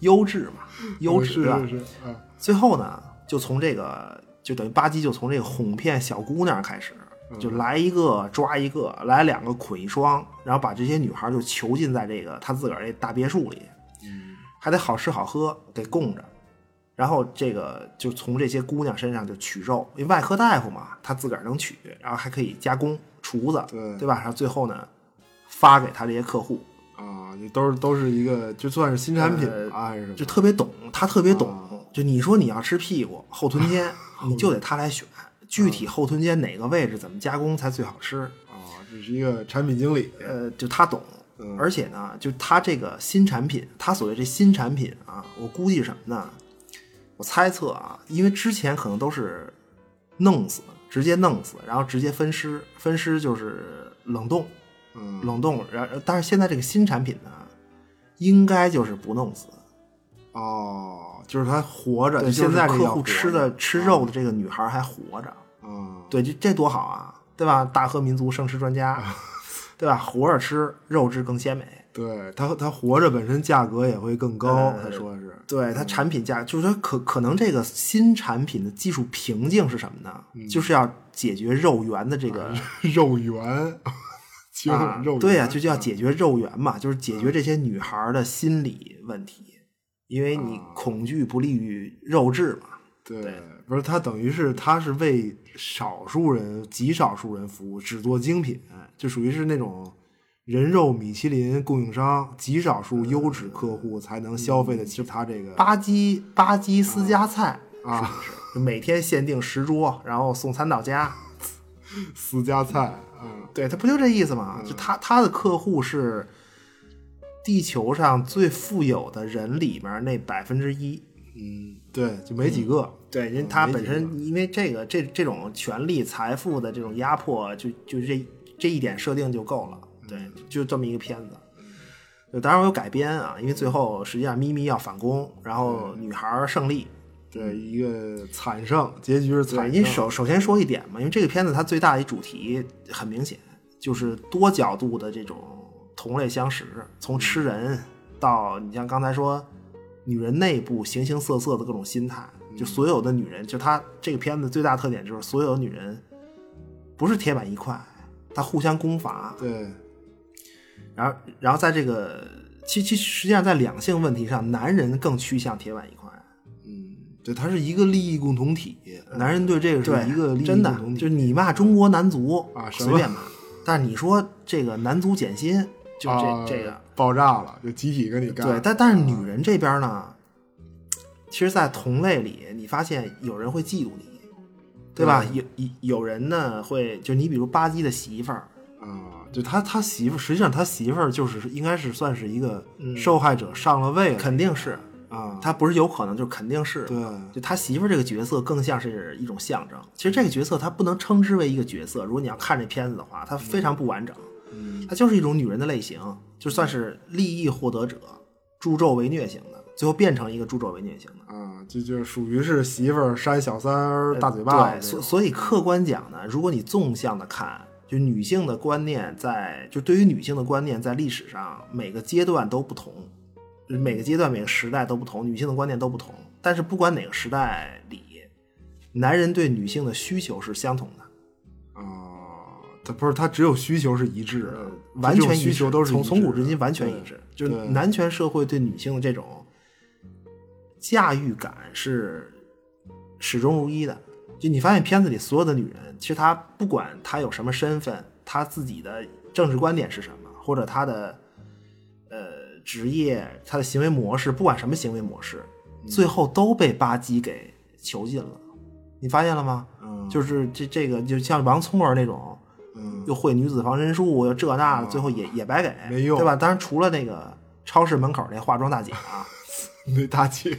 Speaker 3: 优质嘛， 优
Speaker 2: 嗯
Speaker 3: 质
Speaker 2: 是
Speaker 3: 吧
Speaker 2: 是？是，啊
Speaker 3: 最后呢，就从这个就等于吧唧就从这个哄骗小姑娘开始，就来一个抓一个，来两个捆一双，然后把这些女孩就囚禁在这个他自个儿这大别墅里，
Speaker 2: 嗯
Speaker 3: 还得好吃好喝给供着。然后这个就从这些姑娘身上就取肉，因为外科大夫嘛，他自个儿能取，然后还可以加工，厨子，
Speaker 2: 对
Speaker 3: 对吧？然后最后呢，发给他这些客户，
Speaker 2: 啊，你都是都是一个，就算是新产品
Speaker 3: 呃
Speaker 2: 啊，还是什么
Speaker 3: 就特别懂，他特别懂。就你说你要吃屁股、后臀尖，你就得他来选，具体后臀尖哪个位置怎么加工才最好吃，
Speaker 2: 啊，这是一个产品经理，
Speaker 3: 呃，就他懂。而且呢，就他这个新产品，他所谓这新产品啊，我估计什么呢？我猜测啊，因为之前可能都是弄死，直接弄死，然后直接分尸，分尸就是冷冻，
Speaker 2: 嗯
Speaker 3: 冷冻。然但是现在这个新产品呢，应该就是不弄死，
Speaker 2: 哦，就是他活着，
Speaker 3: 对，
Speaker 2: 就现在
Speaker 3: 就
Speaker 2: 这
Speaker 3: 是客
Speaker 2: 叫
Speaker 3: 户
Speaker 2: 活
Speaker 3: 吃
Speaker 2: 着
Speaker 3: 的吃肉的这个女孩还活着，
Speaker 2: 啊，
Speaker 3: 对，这这多好啊，对吧？大和民族生吃 专家，对吧？活着吃，肉质更鲜美。
Speaker 2: 对他他活着本身价格也会更高，
Speaker 3: 呃
Speaker 2: 他说是，嗯
Speaker 3: 对它产品价，就是说可可能这个新产品的技术瓶颈是什么呢？
Speaker 2: 嗯
Speaker 3: 就是要解决肉源的这个
Speaker 2: 肉圆， 就
Speaker 3: 啊
Speaker 2: 是肉圆，嗯
Speaker 3: 对呀、就就要解决肉源嘛，就是解决这些女孩的心理问题，因为你
Speaker 2: 啊
Speaker 3: 恐惧不利于肉质嘛。
Speaker 2: 对，不是他等于是他是为少数人、极少数人服务，只做精品，就属于是那种人肉米其林供应商，极少数优质客户才能消费得起他这个
Speaker 3: 吧唧吧唧私家菜
Speaker 2: 啊
Speaker 3: 嗯是不 是？就每天限定十桌，然后送餐到家。
Speaker 2: 私家菜啊。
Speaker 3: 对他不就这意思吗？就他他的客户是地球上最富有的人里面那百分之一。
Speaker 2: 嗯，对，就没几个。
Speaker 3: 对，人他本身因为这嗯个这这种权力、财富的这种压迫，就就这这一点设定就够了。对，就这么一个片子。就当然我有改编啊，因为最后实际上咪咪要反攻，然后女孩儿胜利，
Speaker 2: 对，一个惨胜，结局是
Speaker 3: 对，
Speaker 2: 惨
Speaker 3: 因为
Speaker 2: 胜。
Speaker 3: 首首先说一点嘛，因为这个片子它最大的一主题很明显，就是多角度的这种同类相食，从吃人到你像刚才说女人内部形形色色的各种心态，就所有的女人，就它这个片子最大特点就是所有的女人不是铁板一块，它互相攻伐，
Speaker 2: 对，
Speaker 3: 然后然后在这个其其实际上在两性问题上，男人更趋向铁板一块。
Speaker 2: 嗯，对，它是一个利益共同体，男人对这个
Speaker 3: 对，
Speaker 2: 是一个利益共
Speaker 3: 真的
Speaker 2: 同，体。
Speaker 3: 就是你骂中国男足
Speaker 2: 啊什
Speaker 3: 随
Speaker 2: 么
Speaker 3: 便骂，但是你说这个男足减薪，就这、
Speaker 2: 啊
Speaker 3: 这个
Speaker 2: 爆炸了，就集体跟你干。
Speaker 3: 对，但但是女人这边呢，其实，在同类里，你发现有人会嫉妒你，对吧？有有有人呢会，就你比如吧唧的媳妇儿，
Speaker 2: 啊，就他他媳妇儿，实际上他媳妇儿就是应该是算是一个受害者上了位了，
Speaker 3: 嗯肯定是
Speaker 2: 啊，
Speaker 3: 他不是有可能，就是肯定是。
Speaker 2: 对，
Speaker 3: 就他媳妇儿这个角色更像是一种象征。其实这个角色他不能称之为一个角色，如果你要看这片子的话，它非常不完整，
Speaker 2: 嗯
Speaker 3: 它就是一种女人的类型，就算是利益获得者，助纣为虐型的，最后变成一个助纣为虐型的。
Speaker 2: 啊，这就是属于是媳妇儿扇小三儿大嘴巴
Speaker 3: 呃对，
Speaker 2: 子
Speaker 3: 所所以客观讲呢，如果你纵向的看，就女性的观念在，就对于女性的观念在历史上每个阶段都不同，就是每个阶段每个时代都不同，女性的观念都不同。但是不管哪个时代里，男人对女性的需求是相同的，
Speaker 2: 那种啊，他不是他只有需求是一致的，
Speaker 3: 呃完全
Speaker 2: 呃这种
Speaker 3: 一
Speaker 2: 需
Speaker 3: 致
Speaker 2: 求都是
Speaker 3: 从
Speaker 2: 一致
Speaker 3: 从古
Speaker 2: 的
Speaker 3: 至今完全
Speaker 2: 对
Speaker 3: 一致，就是
Speaker 2: 对
Speaker 3: 男权社会对女性的这种驾驭感是始终如一的。就你发现片子里所有的女人，其实她不管她有什么身份，她自己的政治观点是什么，或者她的呃职业、她的行为模式，不管什么行为模式，
Speaker 2: 嗯
Speaker 3: 最后都被巴基给囚禁了。你发现了吗？
Speaker 2: 嗯
Speaker 3: 就是这这个，就像王聪儿那种，
Speaker 2: 嗯
Speaker 3: 又会女子防身术，又这那的，最后也也白给，
Speaker 2: 哦没用
Speaker 3: 对吧？当然，除了那个超市门口那化妆大姐 啊，
Speaker 2: 那大 姐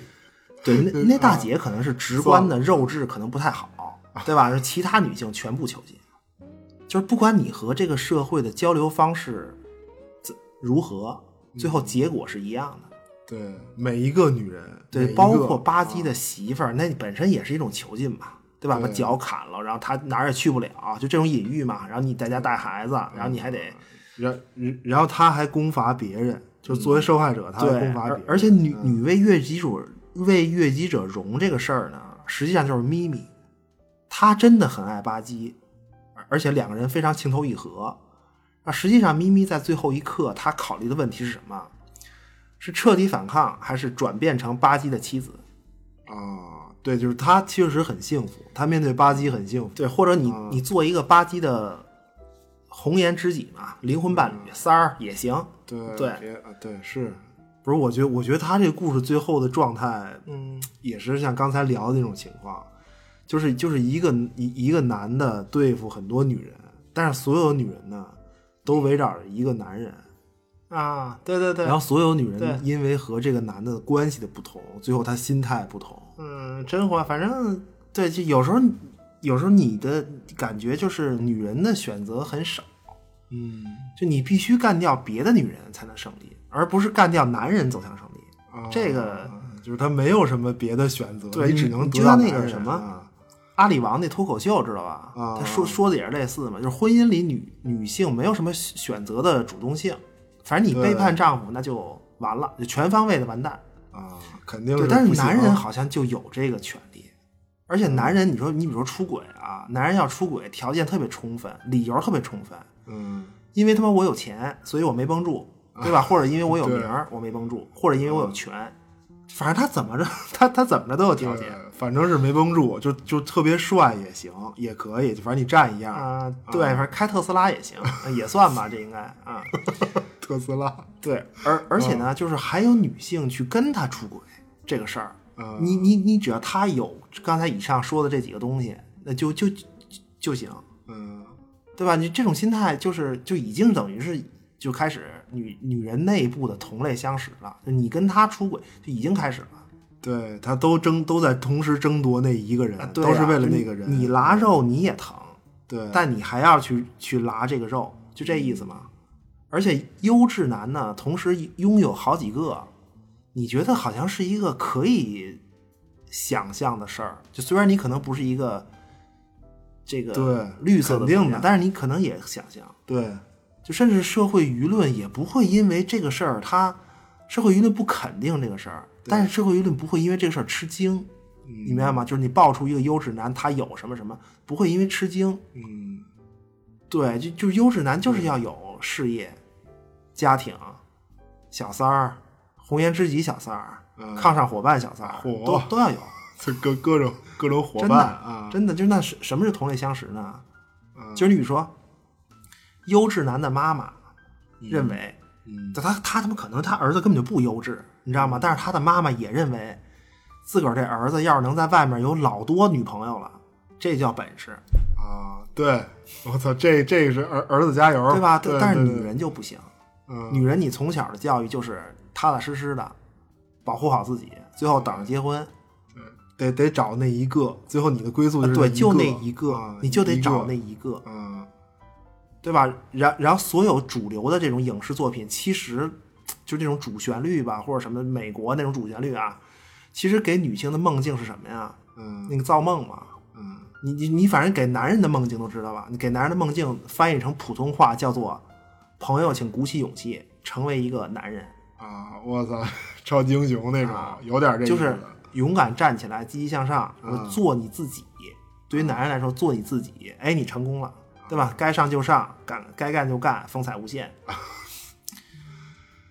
Speaker 3: 对，那
Speaker 2: 对
Speaker 3: 那大姐可能是直观的肉质可能不太好，对吧？其他女性全部囚禁，就是不管你和这个社会的交流方式怎如何，最
Speaker 2: 嗯
Speaker 3: 后结果是一样的。
Speaker 2: 对每一个女人，
Speaker 3: 对，
Speaker 2: 每一
Speaker 3: 包
Speaker 2: 个啊嗯
Speaker 3: 括巴基的媳妇儿，那本身也是一种囚禁嘛，对吧？把
Speaker 2: 对
Speaker 3: 脚砍了，然后她哪儿也去不了，就这种隐喻嘛。然后你在家带孩子，然后
Speaker 2: 嗯
Speaker 3: 你还得。
Speaker 2: 然然然后他还攻伐别人，就作为受害者，他还
Speaker 3: 嗯对，
Speaker 2: 攻伐别
Speaker 3: 而
Speaker 2: 人，
Speaker 3: 而且女女为悦己者为悦己者容这个事儿呢，实际上就是咪咪，她真的很爱巴基，而而且两个人非常情投意合。那实际上，咪咪在最后一刻，她考虑的问题是什么？是彻底反抗，还是转变成巴基的妻子？
Speaker 2: 啊，对，就是他确实很幸福，他面对巴基很幸福，
Speaker 3: 对，或者你你做一个巴基的红颜知己嘛，灵魂伴侣三儿也行。
Speaker 2: 对
Speaker 3: 对
Speaker 2: 别啊对是，不是？我觉得我觉得他这个故事最后的状态，
Speaker 3: 嗯，
Speaker 2: 也是像刚才聊的那种情况，就是就是一个一一个男的对付很多女人，但是所有女人呢，都围绕着一个男人，
Speaker 3: 啊，对对对
Speaker 2: 然，后所有女
Speaker 3: 对
Speaker 2: 人因为和这个男的关系的不同，最后他心态不同，
Speaker 3: 嗯，真火，反正对，就有时候，有时候你的感觉就是女人的选择很少，
Speaker 2: 嗯
Speaker 3: 就你必须干掉别的女人才能胜利，而不是干掉男人走向胜利。
Speaker 2: 啊
Speaker 3: 这个
Speaker 2: 就是他没有什么别的选择，
Speaker 3: 对
Speaker 2: 你只
Speaker 3: 你
Speaker 2: 能
Speaker 3: 你
Speaker 2: 得
Speaker 3: 知
Speaker 2: 到
Speaker 3: 道那
Speaker 2: 男
Speaker 3: 个
Speaker 2: 人
Speaker 3: 什么
Speaker 2: 啊
Speaker 3: 阿里王那脱口秀知道吧？
Speaker 2: 啊
Speaker 3: 他说说的也是类似嘛，就是婚姻里女女性没有什么选择的主动性，反正你
Speaker 2: 对
Speaker 3: 背叛丈夫那就完了，就全方位的完蛋。
Speaker 2: 啊，肯定
Speaker 3: 对，
Speaker 2: 是
Speaker 3: 但是
Speaker 2: 不行啊
Speaker 3: 男人好像就有这个权利，而且男
Speaker 2: 嗯
Speaker 3: 人，你说你比如说出轨啊，男人要出轨，条件特别充分，理由特别充分，
Speaker 2: 嗯
Speaker 3: 因为他妈我有钱，所以我没绷住，对吧？或者因为我有
Speaker 2: 啊 对
Speaker 3: 名儿，我没绷住，或者因为我有权，反正他怎么着， 他他怎么着都有条件。
Speaker 2: 呃反正是没绷住，就就特别帅也行，也可以，反正你站一样。
Speaker 3: 啊、对，反正开特斯拉也行，也算吧，这应该啊、嗯
Speaker 2: 特斯拉，
Speaker 3: 对，而而且呢，就是还有女性去跟他出轨这个事儿，
Speaker 2: 嗯
Speaker 3: 你你你只要他有刚才以上说的这几个东西，那就就就就行，
Speaker 2: 嗯，
Speaker 3: 对吧？你这种心态就是就已经等于是就开始女女人内部的同类相食了，就你跟他出轨就已经开始了。
Speaker 2: 对他都争都在同时争夺那一个人，
Speaker 3: 啊对啊
Speaker 2: 都是为了
Speaker 3: 就
Speaker 2: 那
Speaker 3: 你
Speaker 2: 个人。
Speaker 3: 你拉肉你也疼，
Speaker 2: 对，
Speaker 3: 但你还要去去拉这个肉，就这意思嘛。而且优质男呢，同时拥有好几个，你觉得好像是一个可以想象的事儿。就虽然你可能不是一个这个
Speaker 2: 对
Speaker 3: 绿色的
Speaker 2: 肯定
Speaker 3: 国家
Speaker 2: 的
Speaker 3: 但是你可能也想象，
Speaker 2: 对
Speaker 3: 就甚至社会舆论也不会因为这个事儿，他社会舆论不肯定这个事儿，但是社会舆论不会因为这个事儿吃惊，你明白
Speaker 2: 嗯
Speaker 3: 吗？就是你爆出一个优质男，他有什么什么，不会因为吃惊。
Speaker 2: 嗯，
Speaker 3: 对，就就是优质男就是要有事业、家庭、小三儿、红颜知己小三儿、
Speaker 2: 嗯
Speaker 3: 炕上伙伴小三儿，
Speaker 2: 嚯
Speaker 3: 都都要有。
Speaker 2: 这各各种各种伙
Speaker 3: 真
Speaker 2: 伴
Speaker 3: 的
Speaker 2: 啊，
Speaker 3: 真的，就那什什么是同类相食呢？
Speaker 2: 嗯
Speaker 3: 就是你说，优质男的妈妈认为，
Speaker 2: 嗯
Speaker 3: 但他他他妈可能他儿子根本就不优质，你知道吗？但是他的妈妈也认为，自个儿这儿子要是能在外面有老多女朋友了，这叫本事，
Speaker 2: 啊，对，我操，这这个是儿儿子加油，
Speaker 3: 对吧？
Speaker 2: 对，
Speaker 3: 但是
Speaker 2: 对
Speaker 3: 女，人就不行，
Speaker 2: 对嗯
Speaker 3: 女人你从小的教育就是踏踏实实的，
Speaker 1: 保护好自己，最后等着结婚，得得找那一个，最后你的归宿
Speaker 3: 啊
Speaker 1: 就是
Speaker 3: 对，就那
Speaker 1: 那
Speaker 3: 一个，
Speaker 1: 啊
Speaker 3: 你就得
Speaker 1: 一
Speaker 3: 找
Speaker 1: 个
Speaker 3: 那一个。
Speaker 1: 嗯，
Speaker 3: 对吧？然然后所有主流的这种影视作品，其实就这种主旋律吧，或者什么美国那种主旋律啊，其实给女性的梦境是什么呀？
Speaker 1: 嗯
Speaker 3: 那个造梦嘛。
Speaker 1: 嗯，
Speaker 3: 你你你，反正给男人的梦境都知道吧？你给男人的梦境翻译成普通话叫做“朋友，请鼓起勇气，成为一个男人，
Speaker 1: 啊，我操， 超级英雄那种，
Speaker 3: 啊
Speaker 1: 有点这意思
Speaker 3: 就是勇敢站起来，积极向上，
Speaker 1: 嗯
Speaker 3: 我做你自己。对于男人来说，做你自
Speaker 1: 嗯
Speaker 3: 己，哎，你成功了，对吧？该上就上，干该干就干，风采无限。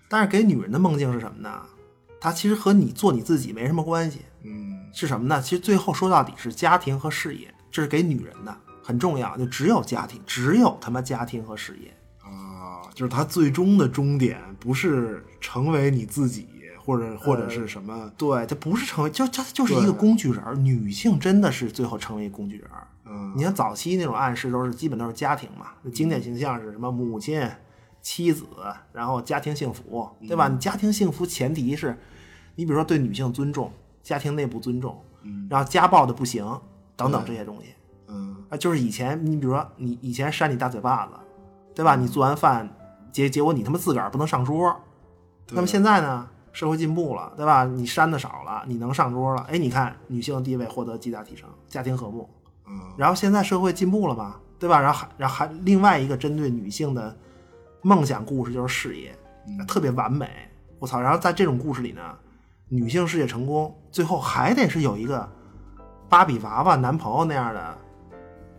Speaker 3: 但是给女人的梦境是什么呢？它其实和你做你自己没什么关系，
Speaker 1: 嗯
Speaker 3: 是什么呢？其实最后说到底是家庭和事业，这是给女人的，很重要。就只有家庭，只有他妈家庭和事业。
Speaker 1: 啊，就是他最终的终点不是成为你自己，或者或者是什么，
Speaker 3: 呃对，它不是成为，就就就是一
Speaker 1: 对
Speaker 3: 个工具人儿。女性真的是最后成为工具人儿。
Speaker 1: 嗯
Speaker 3: 你看早期那种暗示都是基本都是家庭嘛，那经典形象是什么母亲、妻子，然后家庭幸福，对吧？你家庭幸福前提是，你比如说对女性尊重，家庭内部尊重，然后家暴的不行等等这些东西
Speaker 1: 嗯
Speaker 3: 啊，就是以前你比如说你以前扇你大嘴巴子，对吧？你做完饭结结果你他妈自个儿不能上桌，
Speaker 1: 对嗯
Speaker 3: 那么现在呢？社会进步了，对吧？你扇的少了，你能上桌了。哎，你看女性的地位获得极大提升，家庭和睦，
Speaker 1: 嗯
Speaker 3: 然后现在社会进步了嘛，对吧？然后还然后还另外一个针对女性的梦想故事就是事业，
Speaker 1: 嗯
Speaker 3: 特别完美。我操！然后在这种故事里呢，女性事业成功，最后还得是有一个芭比娃娃男朋友那样的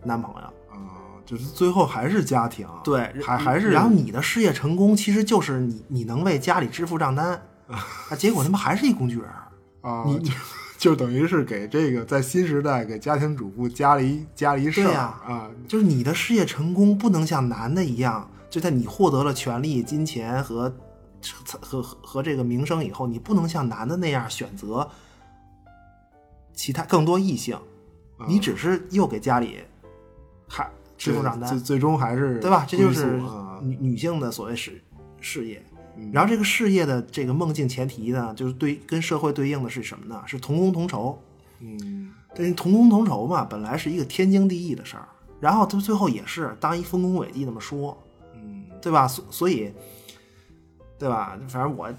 Speaker 3: 男朋友。
Speaker 1: 啊，就是最后还是家庭，
Speaker 3: 对，
Speaker 1: 还还是
Speaker 3: 然后你的事业成功，其实就是你你能为家里支付账单，啊，结果他妈还是一工具人儿。
Speaker 1: 啊，
Speaker 3: 你
Speaker 1: 就 就等于是给这个在新时代给家庭主妇加了一加了一事
Speaker 3: 对
Speaker 1: 儿
Speaker 3: 呀
Speaker 1: 啊，
Speaker 3: 就是你的事业成功不能像男的一样，就在你获得了权利、金钱和和和和这个名声以后，你不能像男的那样选择其他更多异性，
Speaker 1: 啊
Speaker 3: 你只是又给家里还支付
Speaker 1: 对
Speaker 3: 账
Speaker 1: 最
Speaker 3: 单，
Speaker 1: 最终还是
Speaker 3: 对吧？这就
Speaker 1: 归宿
Speaker 3: 是
Speaker 1: 啊，
Speaker 3: 女女性的所谓事事业。
Speaker 1: 嗯
Speaker 3: 然后这个事业的这个梦境前提呢，就是对跟社会对应的是什么呢？是同工同酬。
Speaker 1: 嗯
Speaker 3: 但是同工同酬嘛，本来是一个天经地义的事儿，然后他最后也是当一丰功伟绩那么说，
Speaker 1: 嗯
Speaker 3: 对吧？所所以，对吧？反正我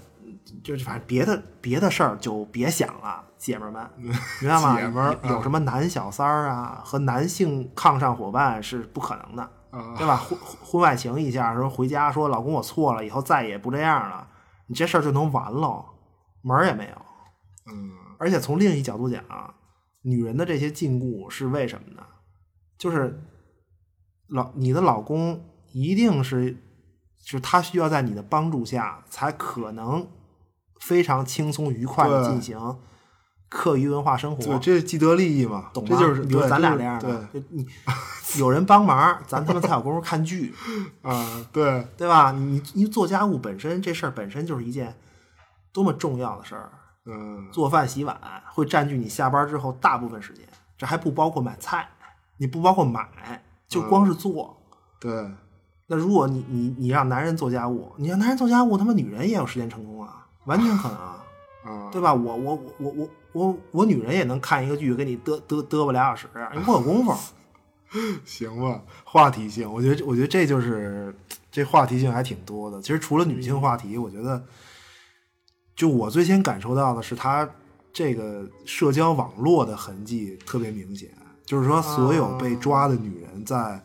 Speaker 3: 就是反正别的别的事儿就别想了，姐们儿们，明白 吗？
Speaker 1: 姐们儿嗯
Speaker 3: 有有什么男小三儿啊和男性抗上伙伴是不可能的，
Speaker 1: 啊
Speaker 3: 对吧？婚婚婚外情一下，说回家说老公我错了，以后再也不这样了，你这事儿就能完喽，门儿也没有。
Speaker 1: 嗯
Speaker 3: 而且从另一角度讲啊，女人的这些禁锢是为什么呢？就是老你的老公一定是，就是他需要在你的帮助下，才可能非常轻松愉快的
Speaker 1: 对
Speaker 3: 进行课余文化生
Speaker 1: 对，
Speaker 3: 活。
Speaker 1: 这是既得利益嘛，
Speaker 3: 懂吗？
Speaker 1: 这就是
Speaker 3: 比如
Speaker 1: 对
Speaker 3: 咱
Speaker 1: 这
Speaker 3: 俩
Speaker 1: 是
Speaker 3: 这样
Speaker 1: 对
Speaker 3: 的，就你有人帮忙，咱他妈才有功夫看剧。
Speaker 1: 啊，对，
Speaker 3: 对吧？你你做家务本身这事儿本身就是一件多么重要的事儿，啊
Speaker 1: 嗯，
Speaker 3: 做饭洗碗会占据你下班之后大部分时间，这还不包括买菜，你不包括买，就光是做。
Speaker 2: 嗯
Speaker 1: 对，
Speaker 3: 那如果你你你让男人做家务，你让男人做家务，他妈女人也有时间成功啊，完全可能啊，
Speaker 1: 啊，
Speaker 3: 对吧？我我我我我我我女人也能看一个剧，给你嘚嘚嘚吧俩小时，啊你不有功夫。
Speaker 1: 行吧，话题性，我觉得这，我觉得这就是这话题性还挺多的。其实除了女性话题，我觉得，就我最先感受到的是它这个社交网络的痕迹特别明显，就是说所有被抓的女人在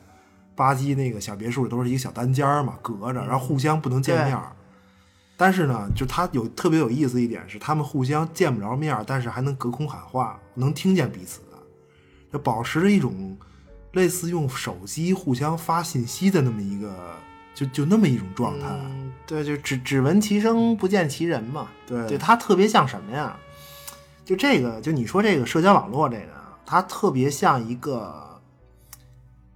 Speaker 1: 巴基那个小别墅里都是一个小单间儿嘛，隔着，然后互相不能见面儿。但是呢，就他有特别有意思一点是，他们互相见不着面儿，但是还能隔空喊话，能听见彼此，就保持着一种类似用手机互相发信息的那么一个，就就那么一种状态。
Speaker 3: 嗯，对，就只只闻其声不见其人嘛。
Speaker 1: 对
Speaker 3: 对，它特别像什么呀？就这个，就你说这个社交网络这个，啊它特别像一个，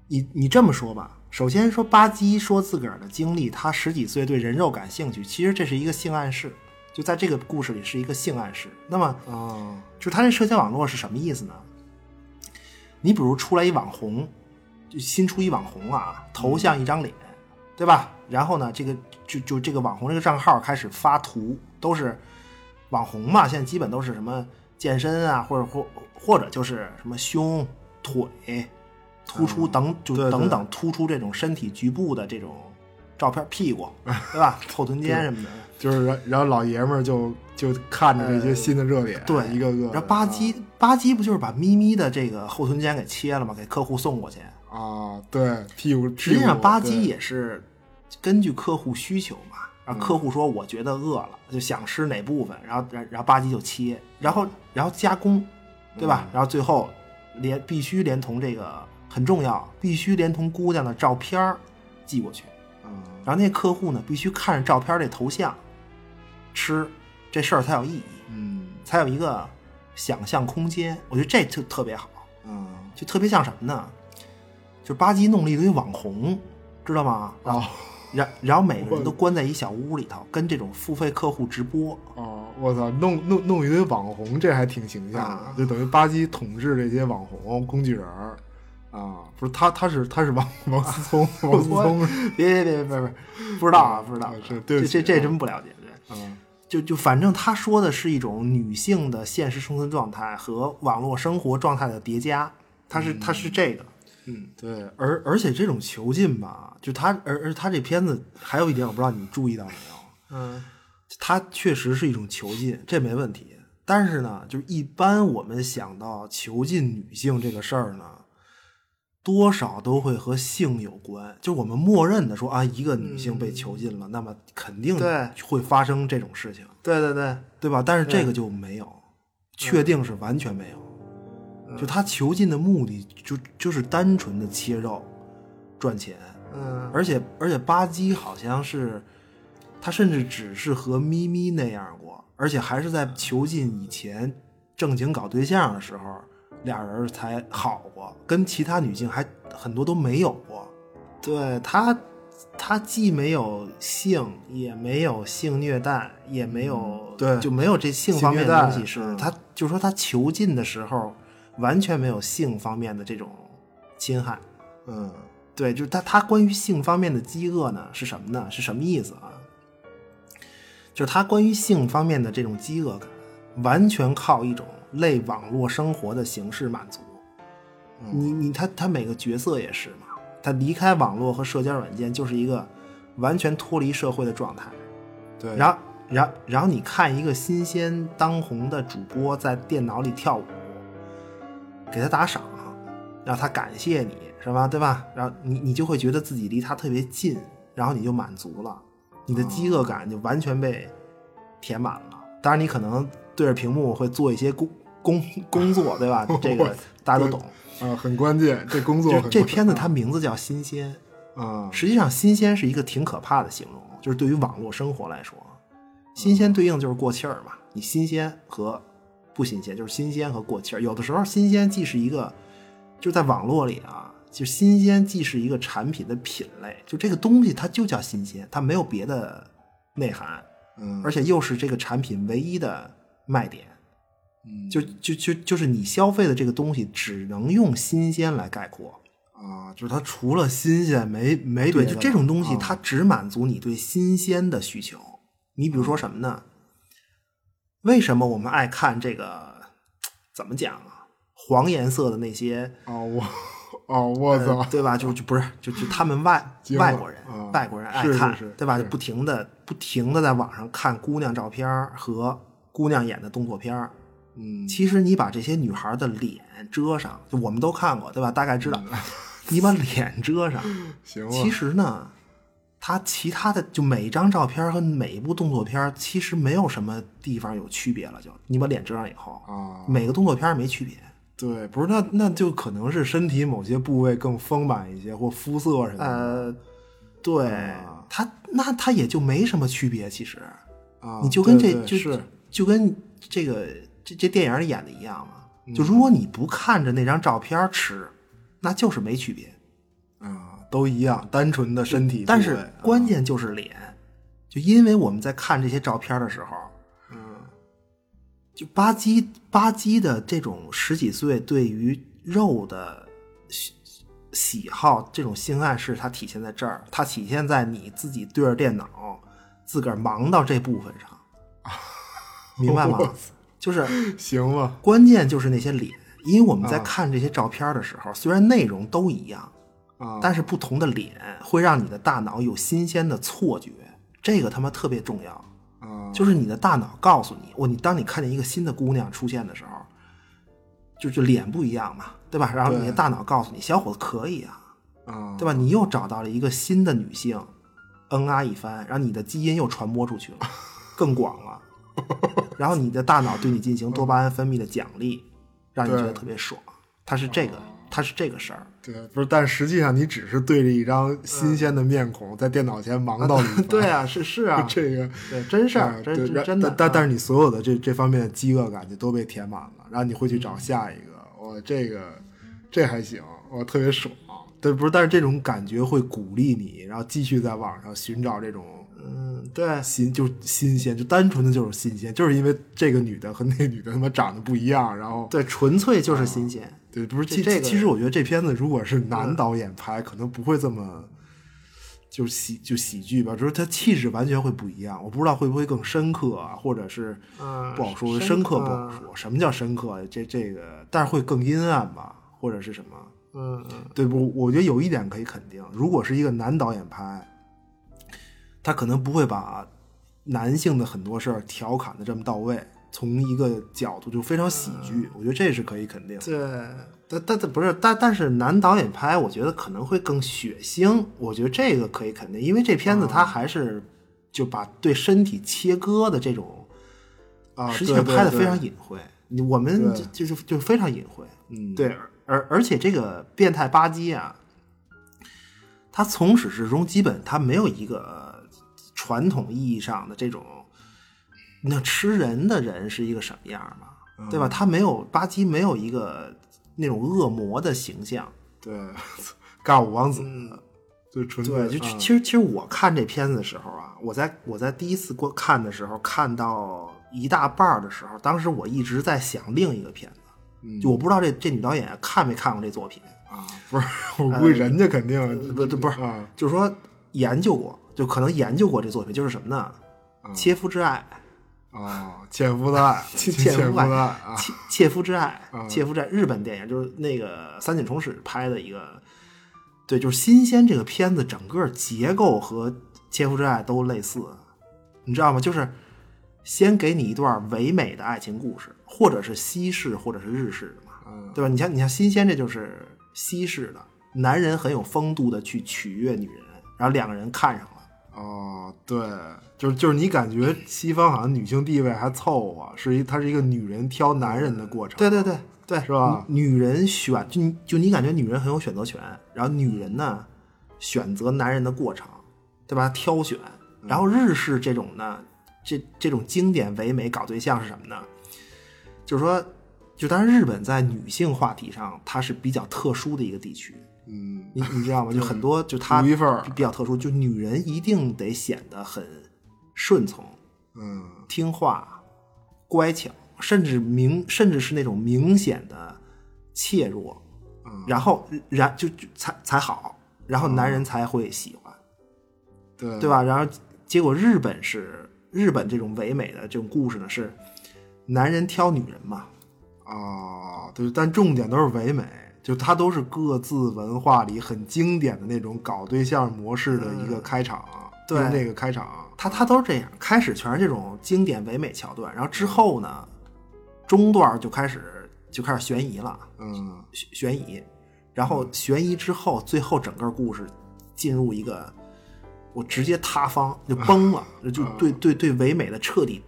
Speaker 3: 你你这么说吧。首先说巴基说自个儿的经历，他十几岁对人肉感兴趣，其实这是一个性暗示，就在这个故事里是一个性暗示。那么
Speaker 1: 啊，
Speaker 3: 就是他这社交网络是什么意思呢？你比如出来一网红，就新出一网红啊，头像一张脸，对吧？然后呢，这个就就这个网红这个账号开始发图，都是网红嘛，现在基本都是什么健身啊，或者或或者就是什么胸、腿突出等、就
Speaker 2: 嗯对对
Speaker 3: 等等突出这种身体局部的这种照片，屁 股对吧？后臀尖什么的，
Speaker 2: 就是然然后老爷们儿就就看着这些新的热点，
Speaker 3: 哎对
Speaker 2: 一个个的，
Speaker 3: 然后吧唧吧唧不就是把咪咪的这个后臀尖给切了吗？给客户送过去。
Speaker 2: 啊，对，屁股，
Speaker 3: 实际上，吧唧
Speaker 2: 唧
Speaker 3: 也是根据客户需求嘛。然后客户说：“我觉得饿了，就想吃哪部分。”然后，然然后吧唧就切，然后然后加工，对吧？然后最后连必须连同这个很重要，必须连同姑娘的照片儿寄过去。
Speaker 2: 嗯
Speaker 3: 然后那客户呢，必须看着照片儿这头像吃，这事儿才有意义，
Speaker 2: 嗯
Speaker 3: 才有一个想象空间。我觉得这就特别好。
Speaker 2: 嗯
Speaker 3: 就特别像什么呢？就是吧唧弄了一堆网红，知道吗？然后，
Speaker 2: 哦
Speaker 3: 然然后每个人都关在一小屋里头，跟这种付费客户直播。
Speaker 2: 哦，我操，弄弄弄一堆网红，这还挺形象的
Speaker 3: 啊，
Speaker 2: 就等于吧唧统治这些网红工具人儿啊，不是他他是他是王王思 聪，王思聪是
Speaker 3: 别别别别别别，不知道啊，不知道
Speaker 2: 啊
Speaker 3: 啊，
Speaker 2: 是对不
Speaker 3: 这
Speaker 2: 起
Speaker 3: 这这真不了解。对
Speaker 2: 嗯
Speaker 3: 就就反正他说的是一种女性的现实生存状态和网络生活状态的叠加，他是他是这
Speaker 2: 嗯
Speaker 3: 个。
Speaker 2: 对，
Speaker 3: 而而且这种囚禁吧，就他而而他这片子还有一点，我不知道你注意到没有，
Speaker 4: 嗯，
Speaker 3: 它确实是一种囚禁，这没问题。但是呢，就是一般我们想到囚禁女性这个事儿呢，多少都会和性有关。就是我们默认的说啊，一个女性被囚禁了，那么肯定
Speaker 4: 对
Speaker 3: 会发生这种事情，
Speaker 4: 对对对，
Speaker 3: 对吧？但是这个就没有，确定是完全没有。就他囚禁的目的就就是单纯的切肉赚钱，
Speaker 4: 嗯，
Speaker 3: 而且而且吧唧好像是，他甚至只是和咪咪那样过，而且还是在囚禁以前正经搞对象的时候，俩人才好过，跟其他女性还很多都没有过。
Speaker 4: 对他，他既没有性，也没有性虐待，也没有
Speaker 3: 嗯对
Speaker 4: 就没有这性方面
Speaker 3: 性虐
Speaker 4: 的
Speaker 3: 待
Speaker 4: 东西是
Speaker 3: 嗯，
Speaker 4: 他就说他囚禁的时候完全没有性方面的这种侵害。
Speaker 2: 嗯
Speaker 4: 对，就是他他关于性方面的饥饿呢是什么呢？是什么意思啊？就是他关于性方面的这种饥饿感，完全靠一种类网络生活的形式满足。嗯你你他他每个角色也是嘛，他离开网络和社交软件就是一个完全脱离社会的状态。
Speaker 2: 对，？
Speaker 4: 然后然后然后你看一个新鲜当红的主播在电脑里跳舞，给他打赏，啊让他感谢你是吧？对吧？然后你你就会觉得自己离他特别近，然后你就满足了，你的饥饿感就完全被填满了。当然，你可能对着屏幕会做一些工工工作，对吧 这个大家都懂。
Speaker 2: 啊很关键，这工作啊
Speaker 4: 就
Speaker 2: 很
Speaker 4: 是
Speaker 2: 关
Speaker 4: 这片子它名字叫《新鲜》，
Speaker 2: 啊
Speaker 4: 实际上，新鲜是一个挺可怕的形容，就是对于网络生活来说，新鲜对应就是过气儿嘛。你新鲜和不新鲜，就是新鲜和过气儿。有的时候，新鲜既是一个，就是在网络里啊，就新鲜既是一个产品的品类，就这个东西它就叫新鲜，它没有别的内涵，
Speaker 2: 嗯
Speaker 4: 而且又是这个产品唯一的卖点。
Speaker 2: 嗯
Speaker 4: 就就就就是你消费的这个东西，只能用新鲜来概括。
Speaker 2: 啊就是他除了新鲜没没别
Speaker 3: 对，
Speaker 2: 的
Speaker 3: 就
Speaker 2: 了
Speaker 3: 这种东西，
Speaker 2: 啊
Speaker 3: 它只满足你对新鲜的需求。你比如说什么呢？为什么我们爱看这个？怎么讲啊？黄颜色的那些，
Speaker 2: 啊我啊我
Speaker 3: 呃
Speaker 2: 操
Speaker 3: 对吧？就就不是，就就他们外
Speaker 2: 惊了
Speaker 3: 外国人
Speaker 2: 啊，
Speaker 3: 外国人爱
Speaker 2: 是是
Speaker 3: 看
Speaker 2: 是，
Speaker 3: 对吧？
Speaker 2: 是
Speaker 3: 就不停的不停的在网上看姑娘照片儿和姑娘演的动作片儿
Speaker 2: 嗯
Speaker 3: 其实你把这些女孩的脸遮上，就我们都看过，对吧？大概知道，
Speaker 2: 嗯
Speaker 3: 你把脸遮上，
Speaker 2: 行
Speaker 3: 其
Speaker 2: 吧
Speaker 3: 实呢，它其他的就每一张照片和每一部动作片，其实没有什么地方有区别了就。你把脸遮上以后，
Speaker 2: 啊
Speaker 3: 每个动作片没区别。
Speaker 2: 对不是那那就可能是身体某些部位更丰满一些或肤色什么的
Speaker 3: 呃，对、它，那它也就没什么区别。其实，
Speaker 2: 啊
Speaker 3: 你就跟这
Speaker 2: 对对
Speaker 3: 就是就跟这个这这电影里演的一样嘛。就
Speaker 2: 嗯
Speaker 3: 如果你不看着那张照片吃，那就是没区别。
Speaker 2: 啊都一样单纯的身体部位，啊嗯
Speaker 3: 但是关键就是脸，就因为我们在看这些照片的时候，
Speaker 2: 嗯
Speaker 3: 就吧唧吧唧的这种十几岁对于肉的喜喜好，这种性暗示，它体现在这儿，它体 现在你自己对着电脑，自个儿忙到这部分上。
Speaker 1: 明白吗
Speaker 3: 哇？
Speaker 1: 就是
Speaker 2: 行吧，
Speaker 1: 关键就是那些脸，因为我们在
Speaker 2: 啊
Speaker 1: 看这些照片的时候，虽然内容都一样，
Speaker 2: 啊，
Speaker 1: 但是不同的脸会让你的大脑有新鲜的错觉，这个他妈特别重要。
Speaker 2: 啊，
Speaker 1: 就是你的大脑告诉你，我你当你看见一个新的姑娘出现的时候，就就脸不一样嘛，对吧？然后你的
Speaker 2: 对
Speaker 1: 大脑告诉你，小伙子可以啊，
Speaker 2: 啊，
Speaker 1: 对吧？你又找到了一个新的女性，恩啊一番，然后你的基因又传播出去了，更广 了，然后你的大脑对你进行多巴胺分泌的奖励，让你觉得
Speaker 2: 对哦
Speaker 1: 特别爽。它是这个，它是这个事儿。
Speaker 2: 对，不是，但实际上你只是对着一张新鲜的面孔在电脑前忙到了一番，
Speaker 3: 对啊，是 是啊
Speaker 2: 这个
Speaker 3: 对，真事
Speaker 2: 啊
Speaker 3: 儿，真
Speaker 2: 对
Speaker 3: 真
Speaker 2: 然
Speaker 3: 真的啊。
Speaker 2: 但但但是你所有的这这方面的饥饿感就都被填满了，然后你会去
Speaker 3: 嗯
Speaker 2: 找下一个。我这个这还行，我特别爽。对，不是，但是这种感觉会鼓励你，然后继续在网上寻找这种
Speaker 3: 嗯，对，
Speaker 2: 啊新，就是新鲜，就单纯的就是新鲜，就是因为这个女的和那女的他妈长得不一样，然后啊
Speaker 3: 对，纯粹就是新鲜。
Speaker 2: 对，不是，
Speaker 3: 这
Speaker 2: 其
Speaker 3: 这
Speaker 2: 其
Speaker 3: 个嗯
Speaker 2: 其实我觉得这片子如果是男导演拍，可能不会这么就是喜就喜剧吧，就是他气质完全会不一样。我不知道会不会更深刻啊，或者是
Speaker 3: 嗯，
Speaker 2: 不好说，
Speaker 3: 深
Speaker 2: 深刻不好
Speaker 3: 嗯
Speaker 2: 说。什么叫深刻？啊这这个，但是会更阴暗吧，或者是什么？
Speaker 3: 嗯嗯
Speaker 2: 对不？我觉得有一点可以肯定，如果是一个男导演拍，他可能不会把男性的很多事儿调侃的这么到位，从一个角度就非常喜剧。我觉嗯得这是可以肯定的。
Speaker 3: 对，但但但不是，但但是男导演拍，我觉得可能会更血腥，我觉得这个可以肯定，因为这片
Speaker 2: 嗯
Speaker 3: 子它还是就把对身体切割的这种，
Speaker 2: 啊，
Speaker 3: 实
Speaker 2: 对
Speaker 3: 际上
Speaker 2: 对
Speaker 3: 拍的
Speaker 2: 对
Speaker 3: 非常隐晦，你我们
Speaker 2: 对
Speaker 3: 就就就非常隐晦，
Speaker 2: 嗯，
Speaker 3: 对，而而且这个变态吧唧啊，他从始至终基本他没有一个传统意义上的这种，那吃人的人是一个什么样儿嘛，对吧？他没有吧唧，没有一个那种恶魔的形象。
Speaker 2: 对，尬舞王子，
Speaker 3: 嗯，
Speaker 2: 就纯粹嗯
Speaker 3: 对，嗯就其实其实我看这片子的时候啊，我在我在第一次观看的时候，看到一大半儿的时候，当时我一直在想另一个片子，
Speaker 2: 嗯
Speaker 3: 就我不知道这这女导演看没看过这作品。
Speaker 2: 啊，不是，我估计人家肯定
Speaker 3: 呃不不是
Speaker 2: 啊
Speaker 3: 就是说研究过，就可能研究过这作品，就是什么呢？
Speaker 2: 嗯
Speaker 3: 切肤之爱，
Speaker 2: 啊，潜伏的爱，
Speaker 3: 切
Speaker 2: 潜
Speaker 3: 伏
Speaker 2: 伏
Speaker 3: 爱
Speaker 2: 的爱啊，
Speaker 3: 切切肤之 爱
Speaker 2: 啊，
Speaker 3: 切肤之爱，日本电影就是那个三井崇史拍的一个，对，就是新鲜这个片子整个结构和切肤之爱都类似，你知道吗？就是先给你一段唯美的爱情故事，或者是西式，或者是日式的嘛，
Speaker 2: 嗯
Speaker 3: 对吧？你像你像新鲜，这就是西式的，男人很有风度的去取悦女人，然后两个人看上了。
Speaker 2: 哦，对，就是就是你感觉西方好像女性地位还凑合，是一它是一个女人挑男人的过程，
Speaker 3: 对对对对，
Speaker 2: 是吧
Speaker 3: 女女人选就你就你感觉女人很有选择权，然后女人呢选择男人的过程，对吧？挑选，
Speaker 2: 嗯
Speaker 3: 然后日式这种呢，这这种经典唯美搞对象是什么呢？就是说，就当然日本在女性话题上它是比较特殊的一个地区，
Speaker 2: 嗯，
Speaker 3: 你你知道吗？就很多就它
Speaker 2: 独一份儿
Speaker 3: 比比较特殊，就女人一定得显得很顺从，
Speaker 2: 嗯
Speaker 3: 听话、乖巧，甚至明甚至是那种明显的怯弱，
Speaker 2: 嗯，
Speaker 3: 然后然就就才才好，然后男人才会喜欢，
Speaker 2: 对
Speaker 3: 对？吧？然后结果日本是日本这种唯美的这种故事呢，是男人挑女人嘛，
Speaker 2: 啊，对，但重点都是唯美。就它都是各自文化里很经典的那种搞对象模式的一个开场，
Speaker 3: 嗯对
Speaker 2: 用那个开场，
Speaker 3: 他他都是这样，开始全是这种经典唯美桥段，然后
Speaker 2: 嗯
Speaker 3: 之后呢，中段就开始就开始悬疑了。
Speaker 2: 嗯
Speaker 3: 悬悬疑，然后悬疑之后，最后整个故事进入一个我直接塌方就崩
Speaker 1: 啊
Speaker 3: 了，就对对对唯美的彻底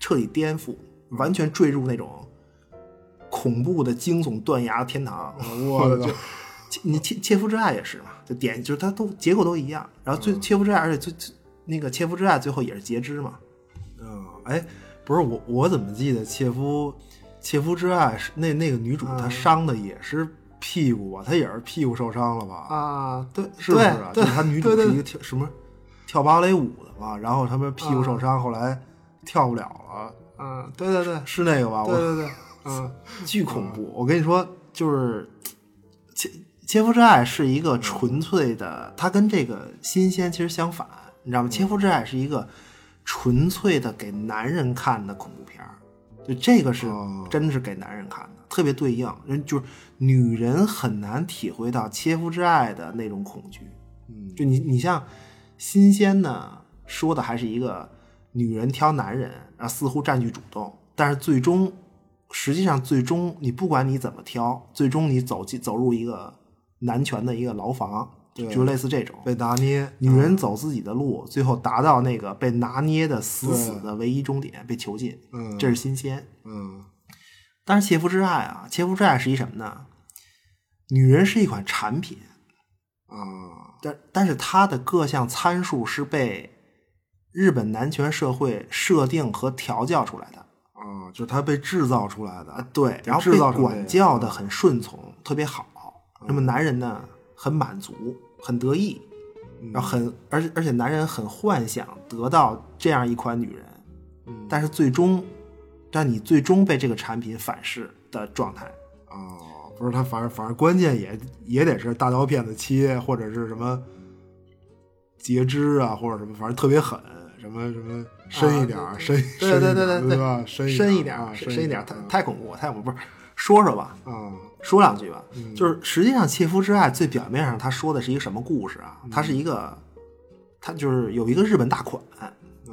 Speaker 3: 彻底颠覆，完全坠入那种恐怖的惊悚断崖天堂。
Speaker 1: 啊
Speaker 2: 我的
Speaker 3: 切你切切肤之爱也是嘛，就点就是它都结果都一样，然后
Speaker 1: 啊
Speaker 3: 最切肤之爱，而且最最那个切肤之爱最后也是截肢嘛。
Speaker 2: 嗯，
Speaker 1: 哎，不是我，我怎么记得切夫切夫之爱是那那个女主
Speaker 3: 啊嗯
Speaker 1: 她伤的也是屁股吧？她也是屁股受伤了吧？
Speaker 3: 啊，对，
Speaker 1: 是不是啊？
Speaker 3: 对
Speaker 1: 就是她女主是一个跳什么跳芭蕾舞的嘛，然后他们屁股受伤，后来跳不了了，
Speaker 3: 嗯，对对对，
Speaker 1: 是那个吧？我
Speaker 3: 对对，嗯，
Speaker 1: 巨恐怖！我跟你说，
Speaker 3: 就是切切肤之爱是一个嗯纯粹的，它跟这个新鲜其实相反，你知道吗？切肤之爱是一个纯粹的给男人看的恐怖片儿，就这个是
Speaker 2: 哦
Speaker 3: 真是给男人看的，特别对应人就是女人很难体会到切肤之爱的那种恐惧。
Speaker 2: 嗯
Speaker 3: 就你你像新鲜呢，说的还是一个女人挑男人，啊，似乎占据主动，但是最终，实际上最终你不管你怎么挑，最终你走进走入一个男权的一个牢房，
Speaker 2: 对
Speaker 3: 就类似这种。
Speaker 2: 被拿捏，
Speaker 3: 女人走自己的路，最后达到那个被拿捏的死死的唯一终点，被囚禁，
Speaker 2: 嗯，
Speaker 3: 这是新鲜。
Speaker 2: 嗯
Speaker 3: 但是切肤之爱啊，切肤之爱是一什么呢？女人是一款产品，
Speaker 2: 啊，
Speaker 3: 但但是它的各项参数是被日本男权社会设定和调教出来的。
Speaker 2: 啊，就是它被制造出来的，
Speaker 3: 啊对，然后
Speaker 2: 啊制
Speaker 3: 被
Speaker 2: 造成嗯这
Speaker 3: 管
Speaker 2: 样
Speaker 3: 教的很顺从，特别好。
Speaker 2: 嗯
Speaker 3: 那么男人呢，很满足，很得意，
Speaker 2: 嗯
Speaker 3: 然后很而且而且男人很幻想得到这样一款女人，
Speaker 2: 嗯
Speaker 3: 但是最终，但你最终被这个产品反噬的状态。
Speaker 2: 哦，不是他，反正反正关键也也得是大刀片子切，或者是什么截肢啊，或者什么，反正特别狠，什么什么深一点儿，深
Speaker 3: 啊对
Speaker 2: 深一点
Speaker 3: 对对
Speaker 2: 儿
Speaker 3: 对
Speaker 2: 对吧？深
Speaker 3: 深
Speaker 2: 一
Speaker 3: 一
Speaker 2: 点
Speaker 3: 点
Speaker 2: 儿
Speaker 3: 儿，
Speaker 2: 啊，
Speaker 3: 深
Speaker 2: 一
Speaker 3: 一
Speaker 2: 点
Speaker 3: 点
Speaker 2: 儿
Speaker 3: 儿，嗯太太恐怖，太恐怖。不是，说说吧，
Speaker 2: 啊，
Speaker 3: 说两句吧，
Speaker 2: 嗯
Speaker 3: 就是实际上《切肤之爱》最表面上他说的是一个什么故事啊？它是一个，它就是有一个日本大款，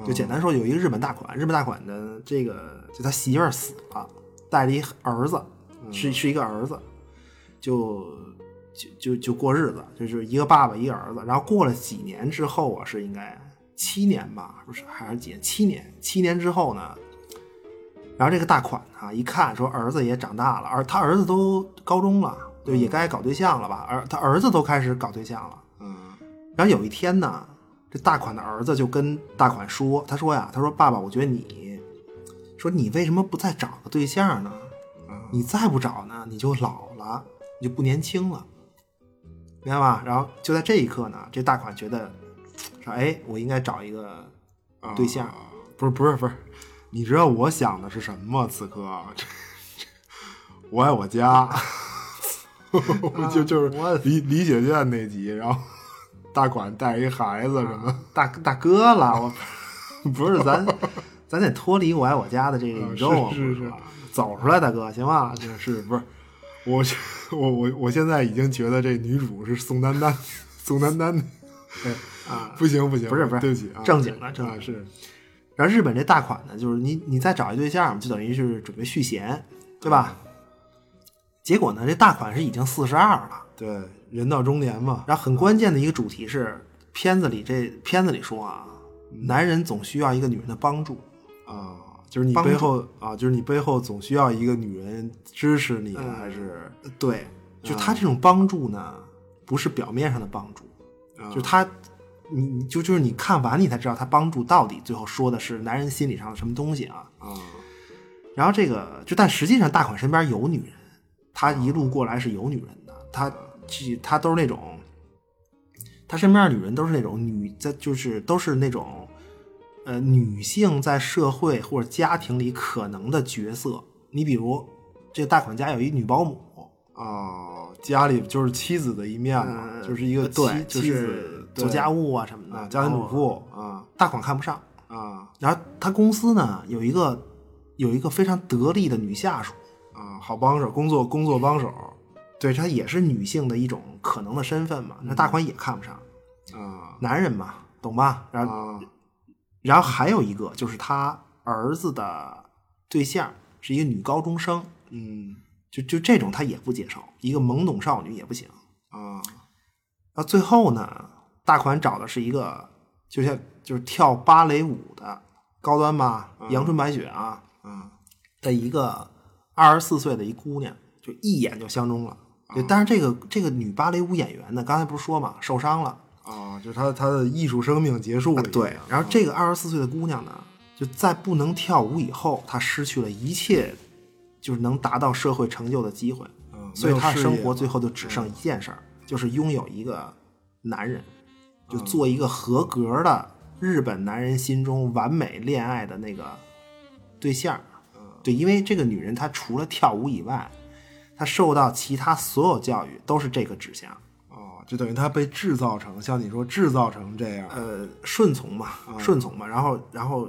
Speaker 3: 就简单说有一个日本大款，日本大款的这个就他媳妇儿死了，带着一儿子，是是一个儿子，就就就就过日子，就是一个爸爸一个儿子。然后过了几年之后啊，是应该七年吧，不是还是几年？七年，七年之后呢？然后这个大款啊，一看说儿子也长大了，而他儿子都高中了，对，也该搞对象了吧？而他儿子都开始搞对象了。
Speaker 2: 嗯
Speaker 3: 然后有一天呢，这大款的儿子就跟大款说：“他说呀，他说爸爸，我觉得你，说你为什么不再找个对象呢？
Speaker 2: 嗯
Speaker 3: 你再不找呢，你就老了，你就不年轻了，明白吧？”然后就在这一刻呢，这大款觉得说：“哎，我应该找一个对象。
Speaker 2: 啊不是不是不是，你知道我想的是什么吗？此刻，啊这这我爱我家， 就就是
Speaker 3: 啊我
Speaker 2: 李李雪健那集，然后大款带一孩子什么，
Speaker 3: 大大哥了，我 不是咱，咱得脱离我爱我家的这个宇宙啊，
Speaker 2: 啊是是
Speaker 3: 不吧走出来，大哥，行吧？
Speaker 2: 真是不是？我我我我现在已经觉得这女主是宋丹丹， 宋丹丹，
Speaker 3: 啊，
Speaker 2: 不行不行，
Speaker 3: 不是不是
Speaker 2: 对不起啊，
Speaker 3: 正经的正
Speaker 2: 啊
Speaker 3: 经的
Speaker 2: 是，
Speaker 3: 然后日本这大款呢，就是你你再找一对象，就等于是准备续弦，对吧？
Speaker 2: 嗯
Speaker 3: 结果呢，这大款是已经四十二了，
Speaker 2: 对，人到中年嘛，
Speaker 3: 然后很关键的一个主题是，片子里这片子里说啊，男人总需要一个女人的帮助，
Speaker 2: 啊，就是你
Speaker 3: 帮助
Speaker 2: 背后啊，就是你背后总需要一个女人支持你，还是
Speaker 3: 呃对，嗯就他这种帮助呢，不是表面上的帮助，
Speaker 2: 啊
Speaker 3: 就他，你你就就是你看完你才知道他帮助到底最后说的是男人心理上的什么东西啊。
Speaker 2: 啊
Speaker 3: 然后这个就但实际上大款身边有女人，他一路过来是有女人的，他这他都是那种，他身边的女人都是那种女在就是都是那种，呃，女性在社会或者家庭里可能的角色。你比如这大款家有一女保姆，
Speaker 2: 啊，家里就是妻子的一面嘛，
Speaker 3: 呃
Speaker 2: 就是一个妻
Speaker 3: 对，就
Speaker 2: 妻
Speaker 3: 是
Speaker 2: 子
Speaker 3: 做家
Speaker 2: 务
Speaker 3: 务啊什么的，
Speaker 2: 啊，家庭主
Speaker 3: 然后
Speaker 2: 妇啊
Speaker 3: 大款看不上。
Speaker 2: 啊
Speaker 3: 然后他公司呢有一个有一个非常得力的女下属，
Speaker 2: 啊，好帮手，工作工作帮手
Speaker 3: 对，她也是女性的一种可能的身份嘛。那大款也看不上，
Speaker 2: 啊
Speaker 3: 男人嘛，懂吧？然后，
Speaker 2: 啊
Speaker 3: 然后还有一个就是他儿子的对象是一个女高中生，
Speaker 2: 嗯
Speaker 3: 就就这种他也不接受，一个懵懂少女也不行。
Speaker 2: 啊
Speaker 3: 然后最后呢，大款找的是一个就像就是跳芭蕾舞的高端吧，
Speaker 2: 嗯
Speaker 3: 阳春白雪啊
Speaker 2: 啊
Speaker 3: 的一个二十四岁的一姑娘，就一眼就相中了。对，但是这个这个女芭蕾舞演员呢，刚才不是说嘛，受伤了。
Speaker 2: 啊，就是他他的艺术生命结束
Speaker 3: 啊
Speaker 2: 了，
Speaker 3: 对，然后这个二十四岁的姑娘呢，就在不能跳舞以后，她失去了一切，就是能达到社会成就的机会，
Speaker 2: 嗯
Speaker 3: 所以
Speaker 2: 没有
Speaker 3: 她的
Speaker 2: 事
Speaker 3: 生
Speaker 2: 业嗯
Speaker 3: 活
Speaker 2: 了
Speaker 3: 最后就只剩一件事儿，就是拥有一个男人，就
Speaker 2: 嗯
Speaker 3: 做一个合格的日本男人心中完美恋爱的那个对象。
Speaker 2: 嗯
Speaker 3: 对，因为这个女人她除了跳舞以外，她受到其他所有教育都是这个指向。
Speaker 2: 哦，就等于他被制造成像你说制造成这样，
Speaker 3: 呃，顺从嘛，
Speaker 2: 啊
Speaker 3: 顺从嘛，然后然后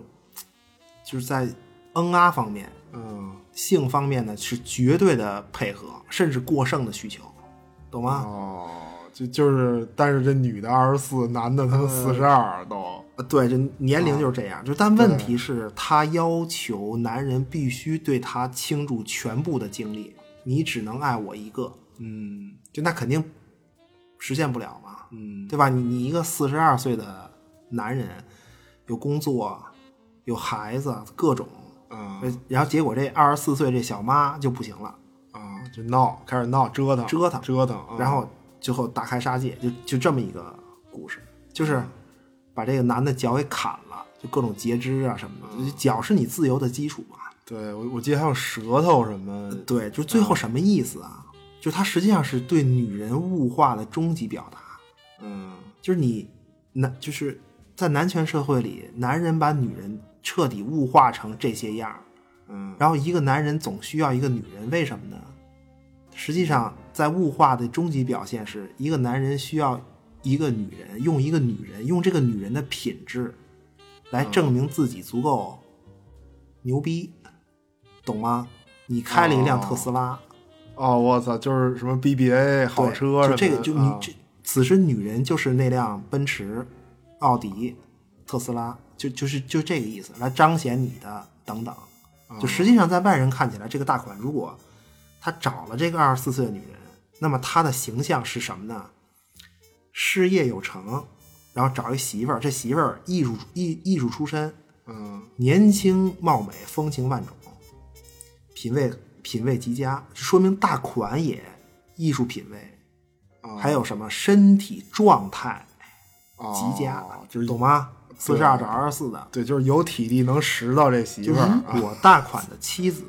Speaker 3: 就是在嗯啊方面，
Speaker 2: 嗯，
Speaker 3: 性方面呢是绝对的配合，甚至过剩的需求，懂吗？
Speaker 2: 哦，就就是，但是这女的二十四，男的他妈四十二都，
Speaker 3: 呃对，这年
Speaker 2: 啊
Speaker 3: 龄就是这样。就但问题是，他要求男人必须对他倾注全部的精力，你只能爱我一个，
Speaker 2: 嗯
Speaker 3: 就那肯定实现不了嘛，
Speaker 2: 嗯，
Speaker 3: 对吧？你你一个四十二岁的男人，有工作，有孩子，各种，
Speaker 2: 啊
Speaker 3: 呃然后结果这二十四岁这小妈就不行了，
Speaker 2: 啊，就闹，开始闹折腾，
Speaker 3: 折腾
Speaker 2: 折腾，啊
Speaker 3: 然后最后大开杀戒，就就这么一个故事，就是把这个男的脚给砍了，就各种截肢啊什么的。就脚是你自由的基础嘛。
Speaker 2: 对我我记得还有舌头什么，
Speaker 3: 呃对，就最后什么意思啊？就他实际上是对女人物化的终极表达，
Speaker 2: 嗯
Speaker 3: 就是你男就是在男权社会里，男人把女人彻底物化成这些样儿，
Speaker 2: 嗯
Speaker 3: 然后一个男人总需要一个女人，为什么呢？实际上，在物化的终极表现是一个男人需要一个女人，用一个女人，用这个女人的品质来证明自己足够牛逼，懂吗？你开了一辆特斯拉，
Speaker 2: 哦，我操，就是什么 BBA 好
Speaker 3: 对
Speaker 2: 车什
Speaker 3: 就
Speaker 2: 么，
Speaker 3: 这个就你
Speaker 2: 啊
Speaker 3: 这，此时女人就是那辆奔驰、奥迪、特斯拉，就就是就这个意思，来彰显你的等等。就实际上在外人看起来，这个大款如果他找了这个二十四岁的女人，那么他的形象是什么呢？事业有成，然后找一媳妇儿，这媳妇儿艺术艺艺术出身，
Speaker 2: 嗯
Speaker 3: 年轻貌美，风情万种，品味品味极佳，说明大款也艺术品味
Speaker 2: 啊，
Speaker 3: 还有什么身体状态
Speaker 2: 哦
Speaker 3: 极佳，
Speaker 2: 就是
Speaker 3: 懂吗？四十二找二十四的，
Speaker 2: 对，就是有体力能拾到这媳
Speaker 3: 就
Speaker 2: 妇
Speaker 3: 是
Speaker 2: 儿啊，嗯
Speaker 3: 我大款的妻子，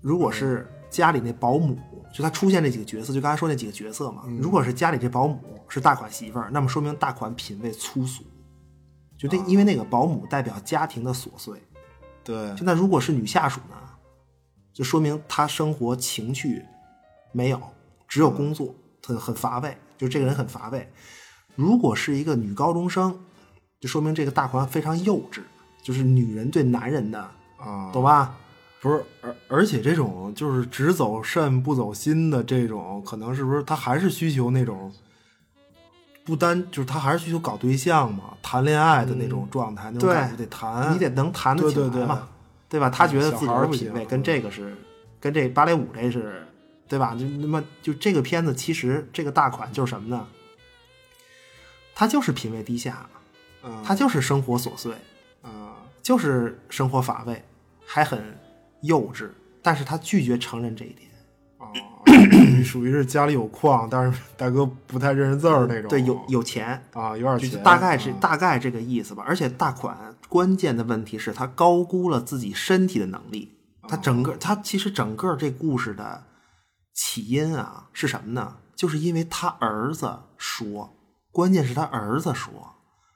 Speaker 3: 如果是家里那保姆，就他出现这几个角色，就刚才说那几个角色嘛，
Speaker 2: 嗯
Speaker 3: 如果是家里这保姆是大款媳妇儿，那么说明大款品味粗俗。就
Speaker 2: 啊
Speaker 3: 这，因为那个保姆代表家庭的琐碎，
Speaker 2: 对，
Speaker 3: 就那如果是女下属呢，就说明她生活情趣没有，只有工作，很很乏味，就这个人很乏味。如果是一个女高中生，就说明这个大款非常幼稚，就是女人对男人的，
Speaker 2: 啊，
Speaker 3: 懂吧？
Speaker 2: 不是，而而且这种就是只走肾不走心的这种，可能是不是他还是需求那种，不单就是他还是需求搞对象嘛，谈恋爱的那种状态，那种
Speaker 3: 嗯对
Speaker 2: 感觉得谈，
Speaker 3: 你得能谈得起来嘛，
Speaker 2: 啊对对对
Speaker 3: 对吧？他觉得
Speaker 2: 小
Speaker 3: 自己
Speaker 2: 孩儿
Speaker 3: 的
Speaker 2: 不
Speaker 3: 品
Speaker 2: 行
Speaker 3: 味
Speaker 2: 嗯
Speaker 3: 跟这个是，跟这芭蕾舞这是，对吧？就那么就这个片子，其实这个大款就是什么呢？他就是品味低下，
Speaker 2: 嗯，
Speaker 3: 他就是生活琐碎，
Speaker 2: 啊
Speaker 3: 就是生活乏味，还很幼稚，但是他拒绝承认这一点。
Speaker 2: 啊，属于 属于是家里有矿，但是大哥不太认识字儿那种，
Speaker 3: 对，有有钱，
Speaker 2: 啊，有点
Speaker 3: 就是
Speaker 2: 钱，
Speaker 3: 大概是
Speaker 2: 啊
Speaker 3: 大概这个意思吧。而且大款关键的问题是他高估了自己身体的能力，他整
Speaker 2: 哦
Speaker 3: 个他其实整个这故事的起因啊是什么呢？就是因为他儿子说，关键是他儿子说，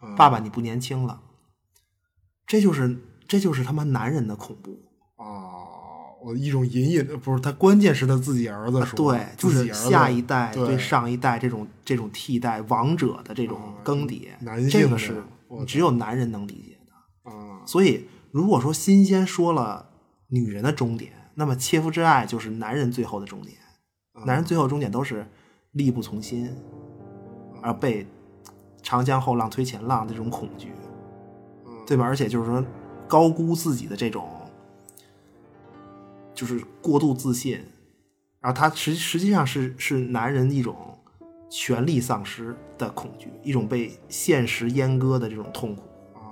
Speaker 2: 嗯
Speaker 3: 爸爸你不年轻了，这就是这就是他妈男人的恐怖。
Speaker 2: 啊，我一种隐隐的不是他，关键是他自己儿子说，
Speaker 3: 啊对，就
Speaker 2: 自己
Speaker 3: 是
Speaker 2: 儿子
Speaker 3: 下一代
Speaker 2: 对
Speaker 3: 对上一代这种这种替代王者的这种更迭，
Speaker 2: 哦男性
Speaker 3: 这
Speaker 2: 的
Speaker 3: 个是
Speaker 2: 我
Speaker 3: 你只有男人能理解的。
Speaker 2: 啊，
Speaker 3: 所以，如果说新鲜说了女人的终点，那么切肤之爱就是男人最后的终点。男人最后终点都是力不从心，而被长江后浪推前浪的这种恐惧，对吧？而且就是说高估自己的这种，就是过度自信，然后他实实际上是是男人一种权力丧失的恐惧，一种被现实阉割的这种痛苦。
Speaker 2: 啊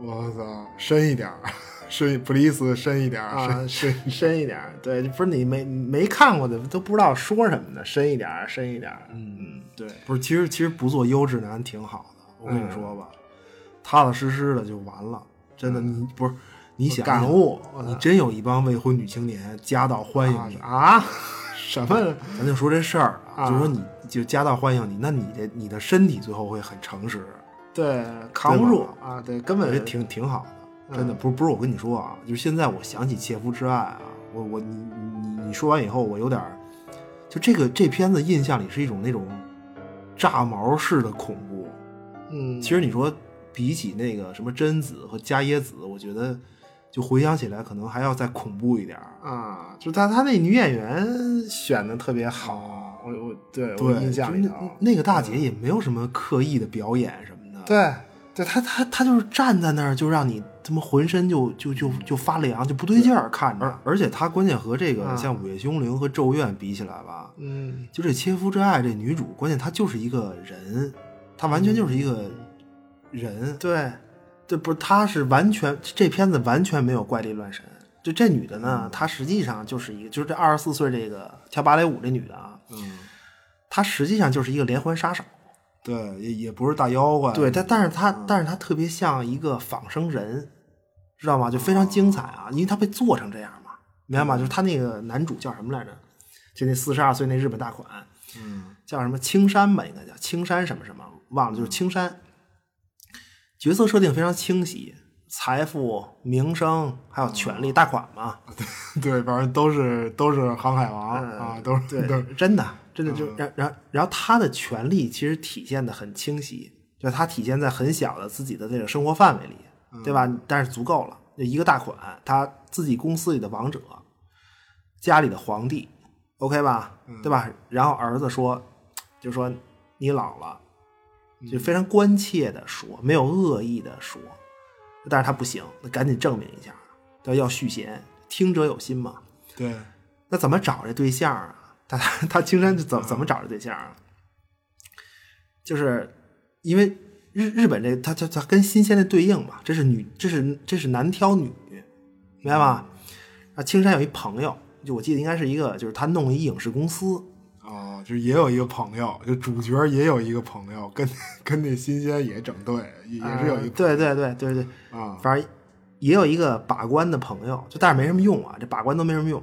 Speaker 2: 我操，深一点儿，深一 please 深一点儿，深
Speaker 3: 啊，深深一点儿，对，不是你没没看过的都不知道说什么呢，深一点儿，深一点儿，嗯，对，嗯
Speaker 2: 不是，其实其实不做优质男挺好的，我跟你说吧，踏踏实实的就完了。真的，
Speaker 3: 嗯
Speaker 2: 你不是你想
Speaker 3: 感
Speaker 2: 悟，你真有一帮未婚女青年家道欢迎你，
Speaker 3: 啊，什 么？
Speaker 2: 咱就说这事儿啊，就说你就家道欢迎你，那你的你的身体最后会很诚实，
Speaker 3: 对，扛不住啊，对，嗯根
Speaker 2: 我觉得
Speaker 3: 本
Speaker 2: 挺挺好的，真的不是不是我跟你说啊，就是现在我想起《切肤之爱》啊，我我你你你你说完以后，我有点儿，就这个这片子印象里是一种那种
Speaker 3: 炸毛式的恐怖。
Speaker 2: 嗯，
Speaker 3: 其实你说比起那个什么贞子和伽椰子，我觉得就回想起来可能还要再恐怖一点儿。
Speaker 2: 啊，就他他那女演员选的特别好，我我对我
Speaker 3: 对，
Speaker 2: 印
Speaker 3: 就
Speaker 2: 象里啊
Speaker 3: 那，那个大姐也没有什么刻意的表演什么的。
Speaker 2: 对对他
Speaker 3: 她她她就是站在那儿，就让你他妈浑身就就就就发凉，就不对劲儿看着
Speaker 5: 而。而且她关键和这个
Speaker 3: 嗯
Speaker 2: 啊
Speaker 5: 像《午夜凶铃》和《咒怨》比起来吧，
Speaker 2: 嗯
Speaker 5: 就这切肤之爱这女主，关键她就是一个人，她完全
Speaker 3: 嗯
Speaker 5: 就是一个人。
Speaker 2: 对
Speaker 3: 这不是，她是完全这片子完全没有怪力乱神。就这女的呢，她实际上就是一个，就是这二十四岁这个跳芭蕾舞这女的啊，
Speaker 5: 嗯，
Speaker 3: 她实际上就是一个连环杀手。
Speaker 5: 对，也也不是大妖怪。
Speaker 3: 对，但但是她但是她特别像一个仿生人，知道吗？就非常精彩啊，因为她被做成这样嘛，明白吗？就是她那个男主叫什么来着？就那四十二岁那日本大款，
Speaker 5: 嗯
Speaker 3: 叫什么青山吧，应该叫青山什么什么，忘了，就是青山。角色设定非常清晰，财富、名声还有权力、大款嘛，
Speaker 2: 对，反正都是都是航海王啊，都是
Speaker 3: 嗯对
Speaker 2: 都是，
Speaker 3: 真的真的就然然然后他的权力其实体现的很清晰，就他体现在很小的自己的这个生活范围里，对吧？但是足够了，就一个大款，他自己公司里的王者，家里的皇帝，OK 吧，对吧？然后儿子说，就说你老了，就非常关切的说，没有恶意的说，但是他不行，那赶紧证明一下，要要续弦，听者有心嘛。
Speaker 2: 对，
Speaker 3: 那怎么找这对象啊？他 他青山怎
Speaker 2: 嗯
Speaker 3: 怎么找这对象啊？就是因为日日本这他他他跟新鲜的对应嘛，这是女，这是这是男挑女，明白吗？啊，青山有一朋友，就我记得应该是一个，就是他弄一影视公司，
Speaker 2: 哦，就也有一个朋友，就主角也有一个朋友，跟跟那新鲜也整对，也也是有一
Speaker 3: 呃
Speaker 2: 个
Speaker 3: 对对对对对，
Speaker 2: 啊，
Speaker 3: 反正也有一个把关的朋友，就但是没什么用啊，这把关都没什么用。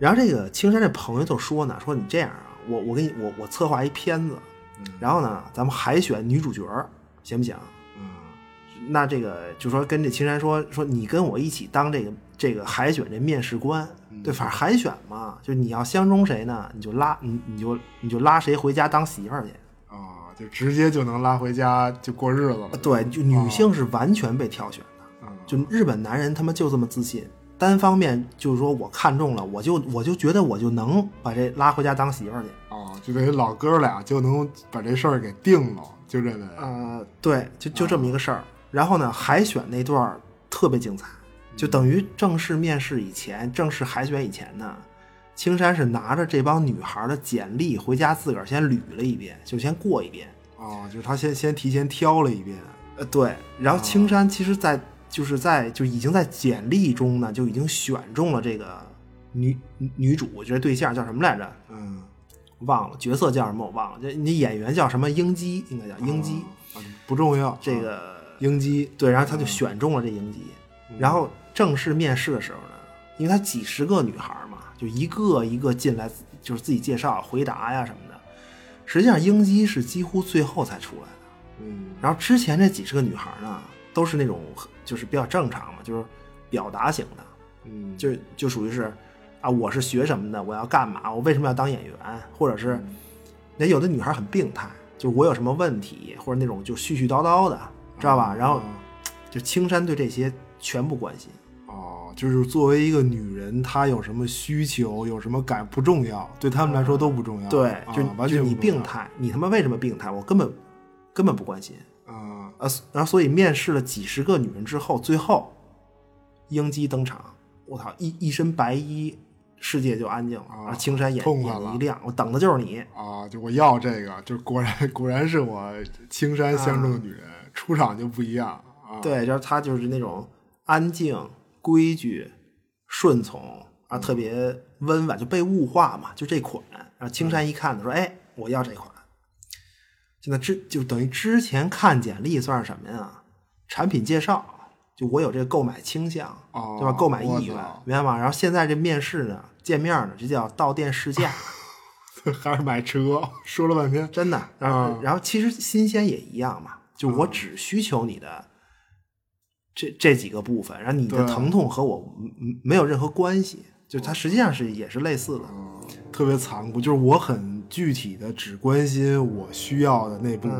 Speaker 3: 然后这个青山这朋友就说呢，说你这样啊，我我给你我我策划一片子，然后呢，咱们海选女主角儿行不行？
Speaker 2: 嗯
Speaker 3: 那这个就说跟这青山说说你跟我一起当这个这个海选这面试官，对，反正海选嘛，就你要相中谁呢，你就拉你你就你就拉谁回家当媳妇儿去。
Speaker 2: 啊，就直接就能拉回家就过日子了
Speaker 3: 啊，对，就女性是完全被挑选的。
Speaker 2: 啊，
Speaker 3: 就日本男人他们就这么自信，单方面就是说我看中了，我就我就觉得我就能把这拉回家当媳妇儿去。
Speaker 2: 哦，就等于老哥俩就能把这事儿给定了，就认为
Speaker 3: 呃，对，就就这么一个事儿。然后呢，海选那段儿特别精彩，就等于正式面试以前，正式海选以前呢，青山是拿着这帮女孩儿的简历回家自个儿先捋了一遍，就先过一遍。
Speaker 2: 哦，就是他先先提前挑了一遍，
Speaker 3: 呃，对，然后青山其实在，就是在就已经在简历中呢，就已经选中了这个女女女主，我觉得对象叫什么来着？
Speaker 2: 嗯，
Speaker 3: 忘了角色叫什么，我忘了。这你演员叫什么？英姬应该叫英姬。
Speaker 2: 啊不重要，
Speaker 3: 这个
Speaker 2: 应激
Speaker 3: 对，然后他就选中了这英姬。然后正式面试的时候呢，因为他几十个女孩嘛，就一个一个进来，就是自己介绍、回答呀什么的。实际上，英姬是几乎最后才出来的。
Speaker 2: 嗯
Speaker 3: 然后之前这几十个女孩呢，都是那种就是比较正常嘛，就是表达型的，
Speaker 2: 嗯，
Speaker 3: 就就属于是啊，我是学什么的，我要干嘛，我为什么要当演员，或者是
Speaker 5: 嗯
Speaker 3: 那有的女孩很病态，就我有什么问题，或者那种就絮絮叨叨的，知道
Speaker 5: 啊
Speaker 3: 吧？然后
Speaker 2: 嗯
Speaker 3: 就青山对这些全不关心，
Speaker 2: 哦，
Speaker 5: 就是作为一个女人，她有什么需求，有什么感不重要，对他们来说都不重要。
Speaker 3: 对
Speaker 5: 啊，
Speaker 3: 就
Speaker 5: 完
Speaker 3: 就
Speaker 5: 全
Speaker 3: 你
Speaker 5: 不重要
Speaker 3: 病态，你他妈为什么病态？我根本根本不关心。
Speaker 2: 啊
Speaker 3: 呃，然后所以面试了几十个女人之后，最后英姬登场，我操，一一身白衣，世界就安静了。
Speaker 2: 啊
Speaker 3: 然后青山眼
Speaker 2: 痛快
Speaker 3: 眼睛
Speaker 2: 了
Speaker 3: 一亮，我等的就是你。
Speaker 2: 啊，就我要这个，就果然 果然是我青山相中的女人，出场就不一样啊，
Speaker 3: 对，就是他就是那种安静、规矩、顺从
Speaker 2: 嗯
Speaker 3: 啊，特别温婉，就被物化嘛，就这款。然后青
Speaker 2: 嗯
Speaker 3: 山一看，他说：“哎，我要这款。”现在之就等于之前看简历算是什么呀？产品介绍，就我有这个购买倾向，
Speaker 2: 哦
Speaker 3: 对吧？购买
Speaker 2: 我
Speaker 3: 意愿
Speaker 2: 操，
Speaker 3: 明白吗？然后现在这面试呢，见面呢，这叫到店试驾，
Speaker 2: 还是买车，说了半天
Speaker 3: 真的。然后、然后其实新鲜也一样嘛，就我只需求你的这、这几个部分，然后你的
Speaker 2: 对
Speaker 3: 疼痛和我嗯嗯没有任何关系，就它实际上是也是类似的。
Speaker 2: 特别残酷，就是我很
Speaker 3: 具体的只关心我需要的那部分。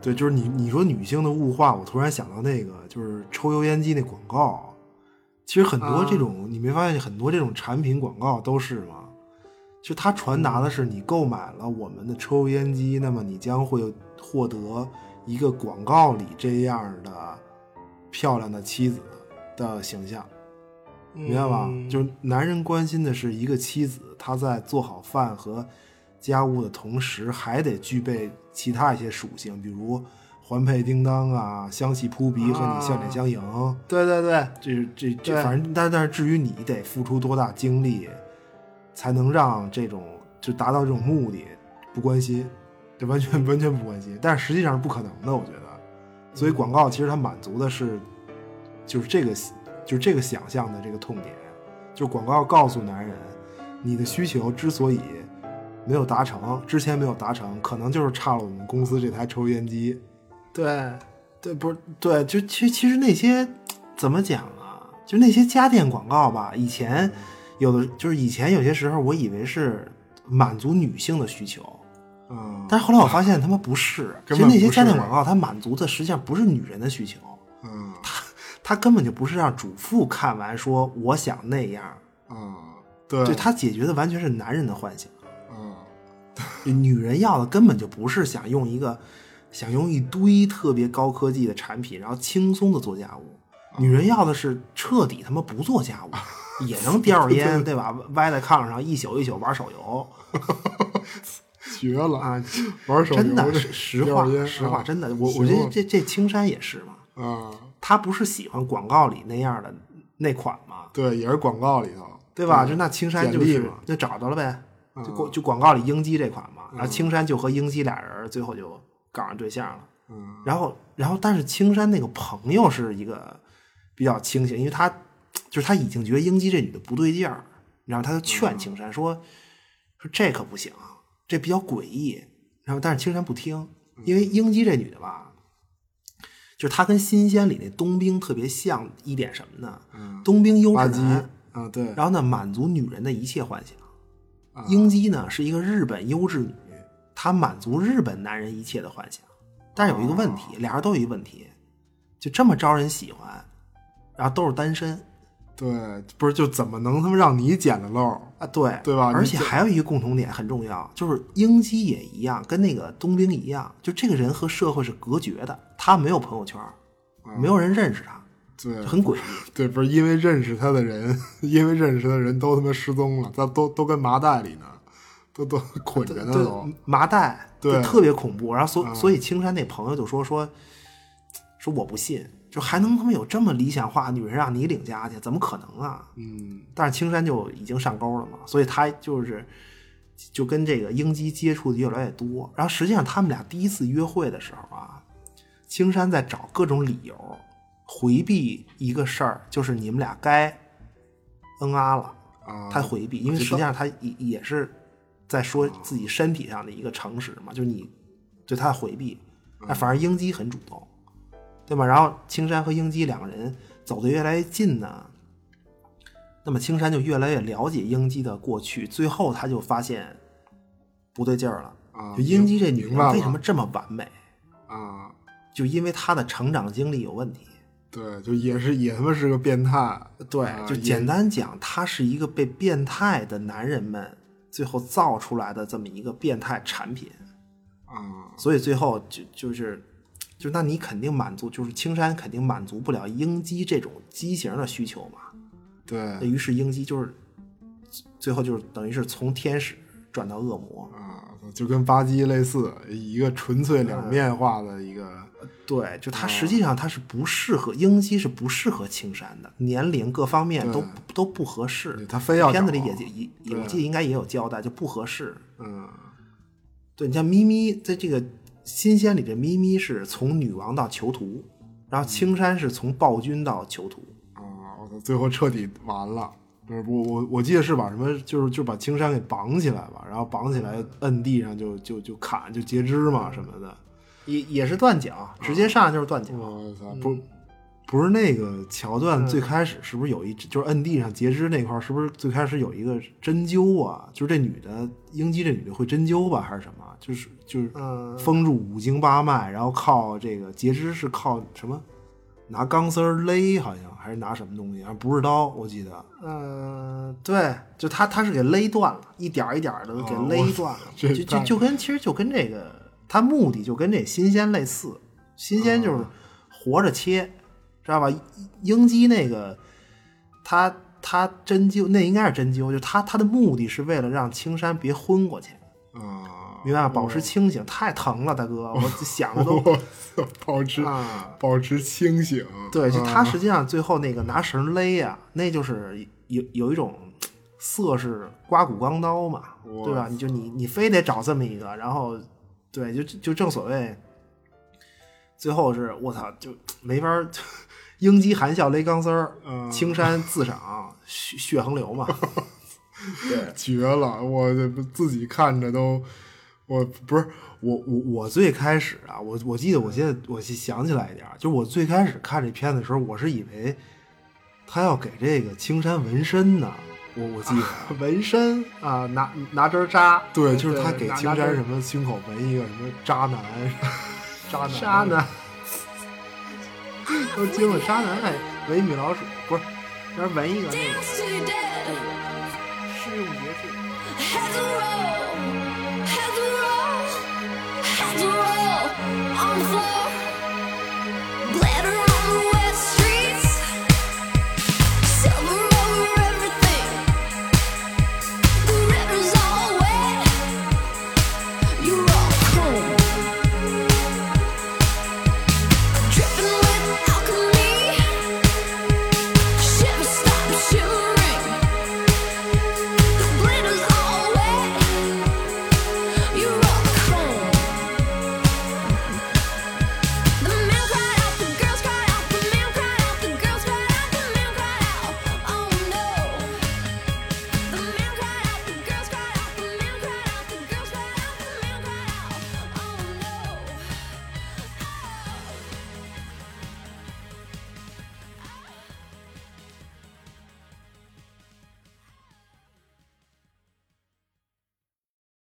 Speaker 3: 对，就是你你说女性的物化，我突然想到那个就是抽油烟机那广告，其实很多这种、你没发现很多这种产品广告都是吗？就它传达的是你购买了我们的抽油烟机，那么你将会获得一个广告里这样的漂亮的妻子的形象。明白吧？
Speaker 2: 嗯
Speaker 3: 就是男人关心的是一个妻子，她在做好饭和家务的同时，还得具备其他一些属性，比如环佩叮当啊、香气扑鼻和你笑脸相迎。
Speaker 6: 对对对，
Speaker 3: 这是这这，
Speaker 6: 对
Speaker 3: 反正但但是至于你得付出多大精力，才能让这种就达到这种目的，不关心，这完全 完全不关心。但是实际上是不可能的，我觉得。所以广告其实它满足的是，就是这个就是这个想象的这个痛点，就是广告告诉男人，你的需求之所以没有达成，之前没有达成，可能就是差了我们公司这台抽烟机。
Speaker 6: 对，
Speaker 3: 对，不是对，就其其实那些怎么讲啊？就那些家电广告吧，以前有的就是以前有些时候，我以为是满足女性的需求，
Speaker 2: 嗯，
Speaker 3: 但是后来我发现他妈不 是，其
Speaker 2: 根
Speaker 3: 实
Speaker 2: 本
Speaker 3: 那些
Speaker 2: 不
Speaker 3: 家电
Speaker 2: 是
Speaker 3: 广告它满足的实际上不是女人的需求，
Speaker 2: 嗯
Speaker 3: 它根本就不是让主妇看完说我想那样，
Speaker 2: 嗯，对
Speaker 3: 对，它解决的完全是男人的幻想。
Speaker 2: 嗯
Speaker 3: 女人要的根本就不是想用一个想用一堆特别高科技的产品，然后轻松的做家务。女人要的是彻底他妈不做家 务，也能叼着烟，对吧？歪在炕上一宿一宿玩手游
Speaker 2: 绝了，
Speaker 3: 啊！
Speaker 2: 玩手游
Speaker 3: 真的
Speaker 2: 这
Speaker 3: 是实
Speaker 2: 叼
Speaker 3: 话
Speaker 2: 着，烟
Speaker 3: 实话
Speaker 2: 啊
Speaker 3: 真的，我
Speaker 2: 行
Speaker 3: 我觉得
Speaker 2: 吧
Speaker 3: 这这青山也是嘛，
Speaker 2: 啊，
Speaker 3: 他不是喜欢广告里那样的那款嘛，
Speaker 2: 对，也是广告里头，
Speaker 3: 对吧？就那青
Speaker 2: 嗯
Speaker 3: 山
Speaker 2: 简
Speaker 3: 就
Speaker 2: 历
Speaker 3: 是
Speaker 2: 嘛
Speaker 3: 嘛就找到了呗，就
Speaker 2: 嗯
Speaker 3: 广就广告里英姬这款嘛，然后青山就和英姬俩人最后就搞上对象了。
Speaker 2: 嗯
Speaker 3: 然后，然后，但是青山那个朋友是一个比较清醒，因为他就是他已经觉得英姬这女的不对劲儿，然后他就劝青山说、说这可不行，这比较诡异。然后，但是青山不听，因为英姬这女的吧，就是她跟新仙里那冬兵特别像一点什么呢？
Speaker 2: 嗯，
Speaker 3: 冬兵优
Speaker 2: 吧
Speaker 3: 质
Speaker 2: 唧
Speaker 3: 男，
Speaker 2: 啊，对，啊
Speaker 3: 然后呢满足女人的一切幻想。英姬呢是一个日本优质女，她满足日本男人一切的幻想，但是有一个问
Speaker 2: 哦
Speaker 3: 题，俩人都有一个问题，就这么招人喜欢，然后都是单身
Speaker 2: 对，不是就怎么能他妈让你捡了漏？
Speaker 3: 啊，对
Speaker 2: 对吧
Speaker 3: 而
Speaker 2: 你
Speaker 3: 且
Speaker 2: 这
Speaker 3: 还有一个共同点很重要，就是英姬也一样，跟那个冬兵一样，就这个人和社会是隔绝的，他没有朋友圈，
Speaker 2: 哦
Speaker 3: 没有人认识他，
Speaker 2: 对
Speaker 3: 就，很诡异。
Speaker 2: 对，不是因为认识他的人， 因为认识他的人都他妈失踪了，他都都跟麻袋里呢，都都捆着呢都
Speaker 3: 对，麻袋，
Speaker 2: 对
Speaker 3: 就特别恐怖。然后所所以青山那朋友就说说说我不信，就还能他妈有这么理想化的女人让你领家去，怎么可能啊？
Speaker 2: 嗯
Speaker 3: 但是青山就已经上钩了嘛，所以他就是就跟这个英姬接触的越来越多。然后实际上他们俩第一次约会的时候啊，青山在找各种理由回避一个事儿，就是你们俩该恩啊了。
Speaker 2: 啊，
Speaker 3: 他回避，因为
Speaker 2: 知
Speaker 3: 实际上他也也是在说自己身体上的一个诚实嘛，就是你对他的回避，
Speaker 2: 嗯
Speaker 3: 那反而英姬很主动，对吧？然后青山和英姬两个人走得越来越近呢，那么青山就越来越了解英姬的过去，最后他就发现不对劲儿了，
Speaker 2: 啊
Speaker 3: 就英姬这女
Speaker 2: 明白
Speaker 3: 人
Speaker 2: 了
Speaker 3: 为什么这么完美，
Speaker 2: 啊，
Speaker 3: 就因为她的成长经历有问题。
Speaker 2: 对，就也是也他妈是个变态，
Speaker 3: 对
Speaker 2: 啊，
Speaker 3: 就
Speaker 2: 也
Speaker 3: 简单讲，他是一个被变态的男人们最后造出来的这么一个变态产品，
Speaker 2: 啊，
Speaker 3: 所以最后就就是就那你肯定满足，就是青山肯定满足不了英姬这种畸形的需求嘛。那
Speaker 2: 对
Speaker 3: 于是英姬就是最后就是等于是从天使转到恶魔，
Speaker 2: 啊，就跟吧唧类似，一个纯粹
Speaker 3: 嗯
Speaker 2: 两面化的一个，
Speaker 3: 对，就他实际上他是不适合英姬是不适合青山的，年龄各方面都都不合适
Speaker 2: 对。他非要
Speaker 3: 片子里
Speaker 2: 找
Speaker 3: 也也也我
Speaker 2: 对
Speaker 3: 记得应该也有交代，就不合适。
Speaker 2: 嗯
Speaker 3: 对你像咪咪，在这个新鲜里的咪咪是从女王到囚徒，然后青山是从暴君到囚徒。
Speaker 1: 嗯
Speaker 2: 啊，我操，最后彻底完了。就是我我我记得是把什么就是就把青山给绑起来吧，然后绑起来摁地上就就就砍就截肢嘛什么的，
Speaker 3: 也也是断脚，直接上来就是断脚。
Speaker 2: 我操，不，
Speaker 1: 呃不是那个桥
Speaker 3: 嗯
Speaker 1: 段最开始是不是有一、就是摁地上截肢那块儿是不是最开始有一个针灸啊？就是这女的英姬这女的会针灸吧还是什么？就是就是
Speaker 3: 嗯，
Speaker 1: 封住五经八脉，然后靠这个截肢是靠什么？拿钢丝儿勒好像还是拿什么东西？还不是刀，我记得。
Speaker 3: 嗯，对，就他他是给勒断了，一点儿一点儿的给
Speaker 1: 哦
Speaker 3: 勒断了，
Speaker 1: 这
Speaker 3: 就就
Speaker 1: 太
Speaker 3: 就跟其实就跟这个他目的就跟这新鲜类似，新鲜就是活着切，知道吧？英姬那个他他针灸那应该是针灸，就他他的目的是为了让青山别昏过去，
Speaker 1: 啊，
Speaker 3: 明白吗？保持清醒，太疼了，大哥，我想 着都
Speaker 1: 我操，保持
Speaker 3: 啊。
Speaker 1: 保持清醒。
Speaker 3: 对，就
Speaker 1: 啊
Speaker 3: 他实际上最后那个拿绳勒啊，那就是有有一种色是刮骨钢刀嘛，
Speaker 1: 我
Speaker 3: 对吧？你就你你非得找这么一个，然后对，就就正所谓，最后是我操，就没法儿， 鹰击含笑勒钢丝儿，
Speaker 1: 嗯
Speaker 3: 青山自赏血血横流嘛，对，
Speaker 1: 呃绝了！我这不自己看着都，我不是我我我最开始啊，我我记得我现在我想起来一点儿，就是我最开始看这片子的时候，我是以为他要给这个青山纹身呢，我我记得。
Speaker 3: 纹身啊，拿拿针儿扎，
Speaker 1: 对，就是他给
Speaker 3: 拿
Speaker 1: 青
Speaker 3: 拿针
Speaker 1: 山
Speaker 3: 儿
Speaker 1: 什么胸口纹一个什么渣 男，渣男，
Speaker 3: 渣男， 都惊了，渣男还围米老鼠，不是，要是围一个那个
Speaker 7: Dance
Speaker 3: 试
Speaker 7: to your death.
Speaker 3: 用节制，
Speaker 7: Heads will roll. Heads will roll. Heads will roll. On the floor.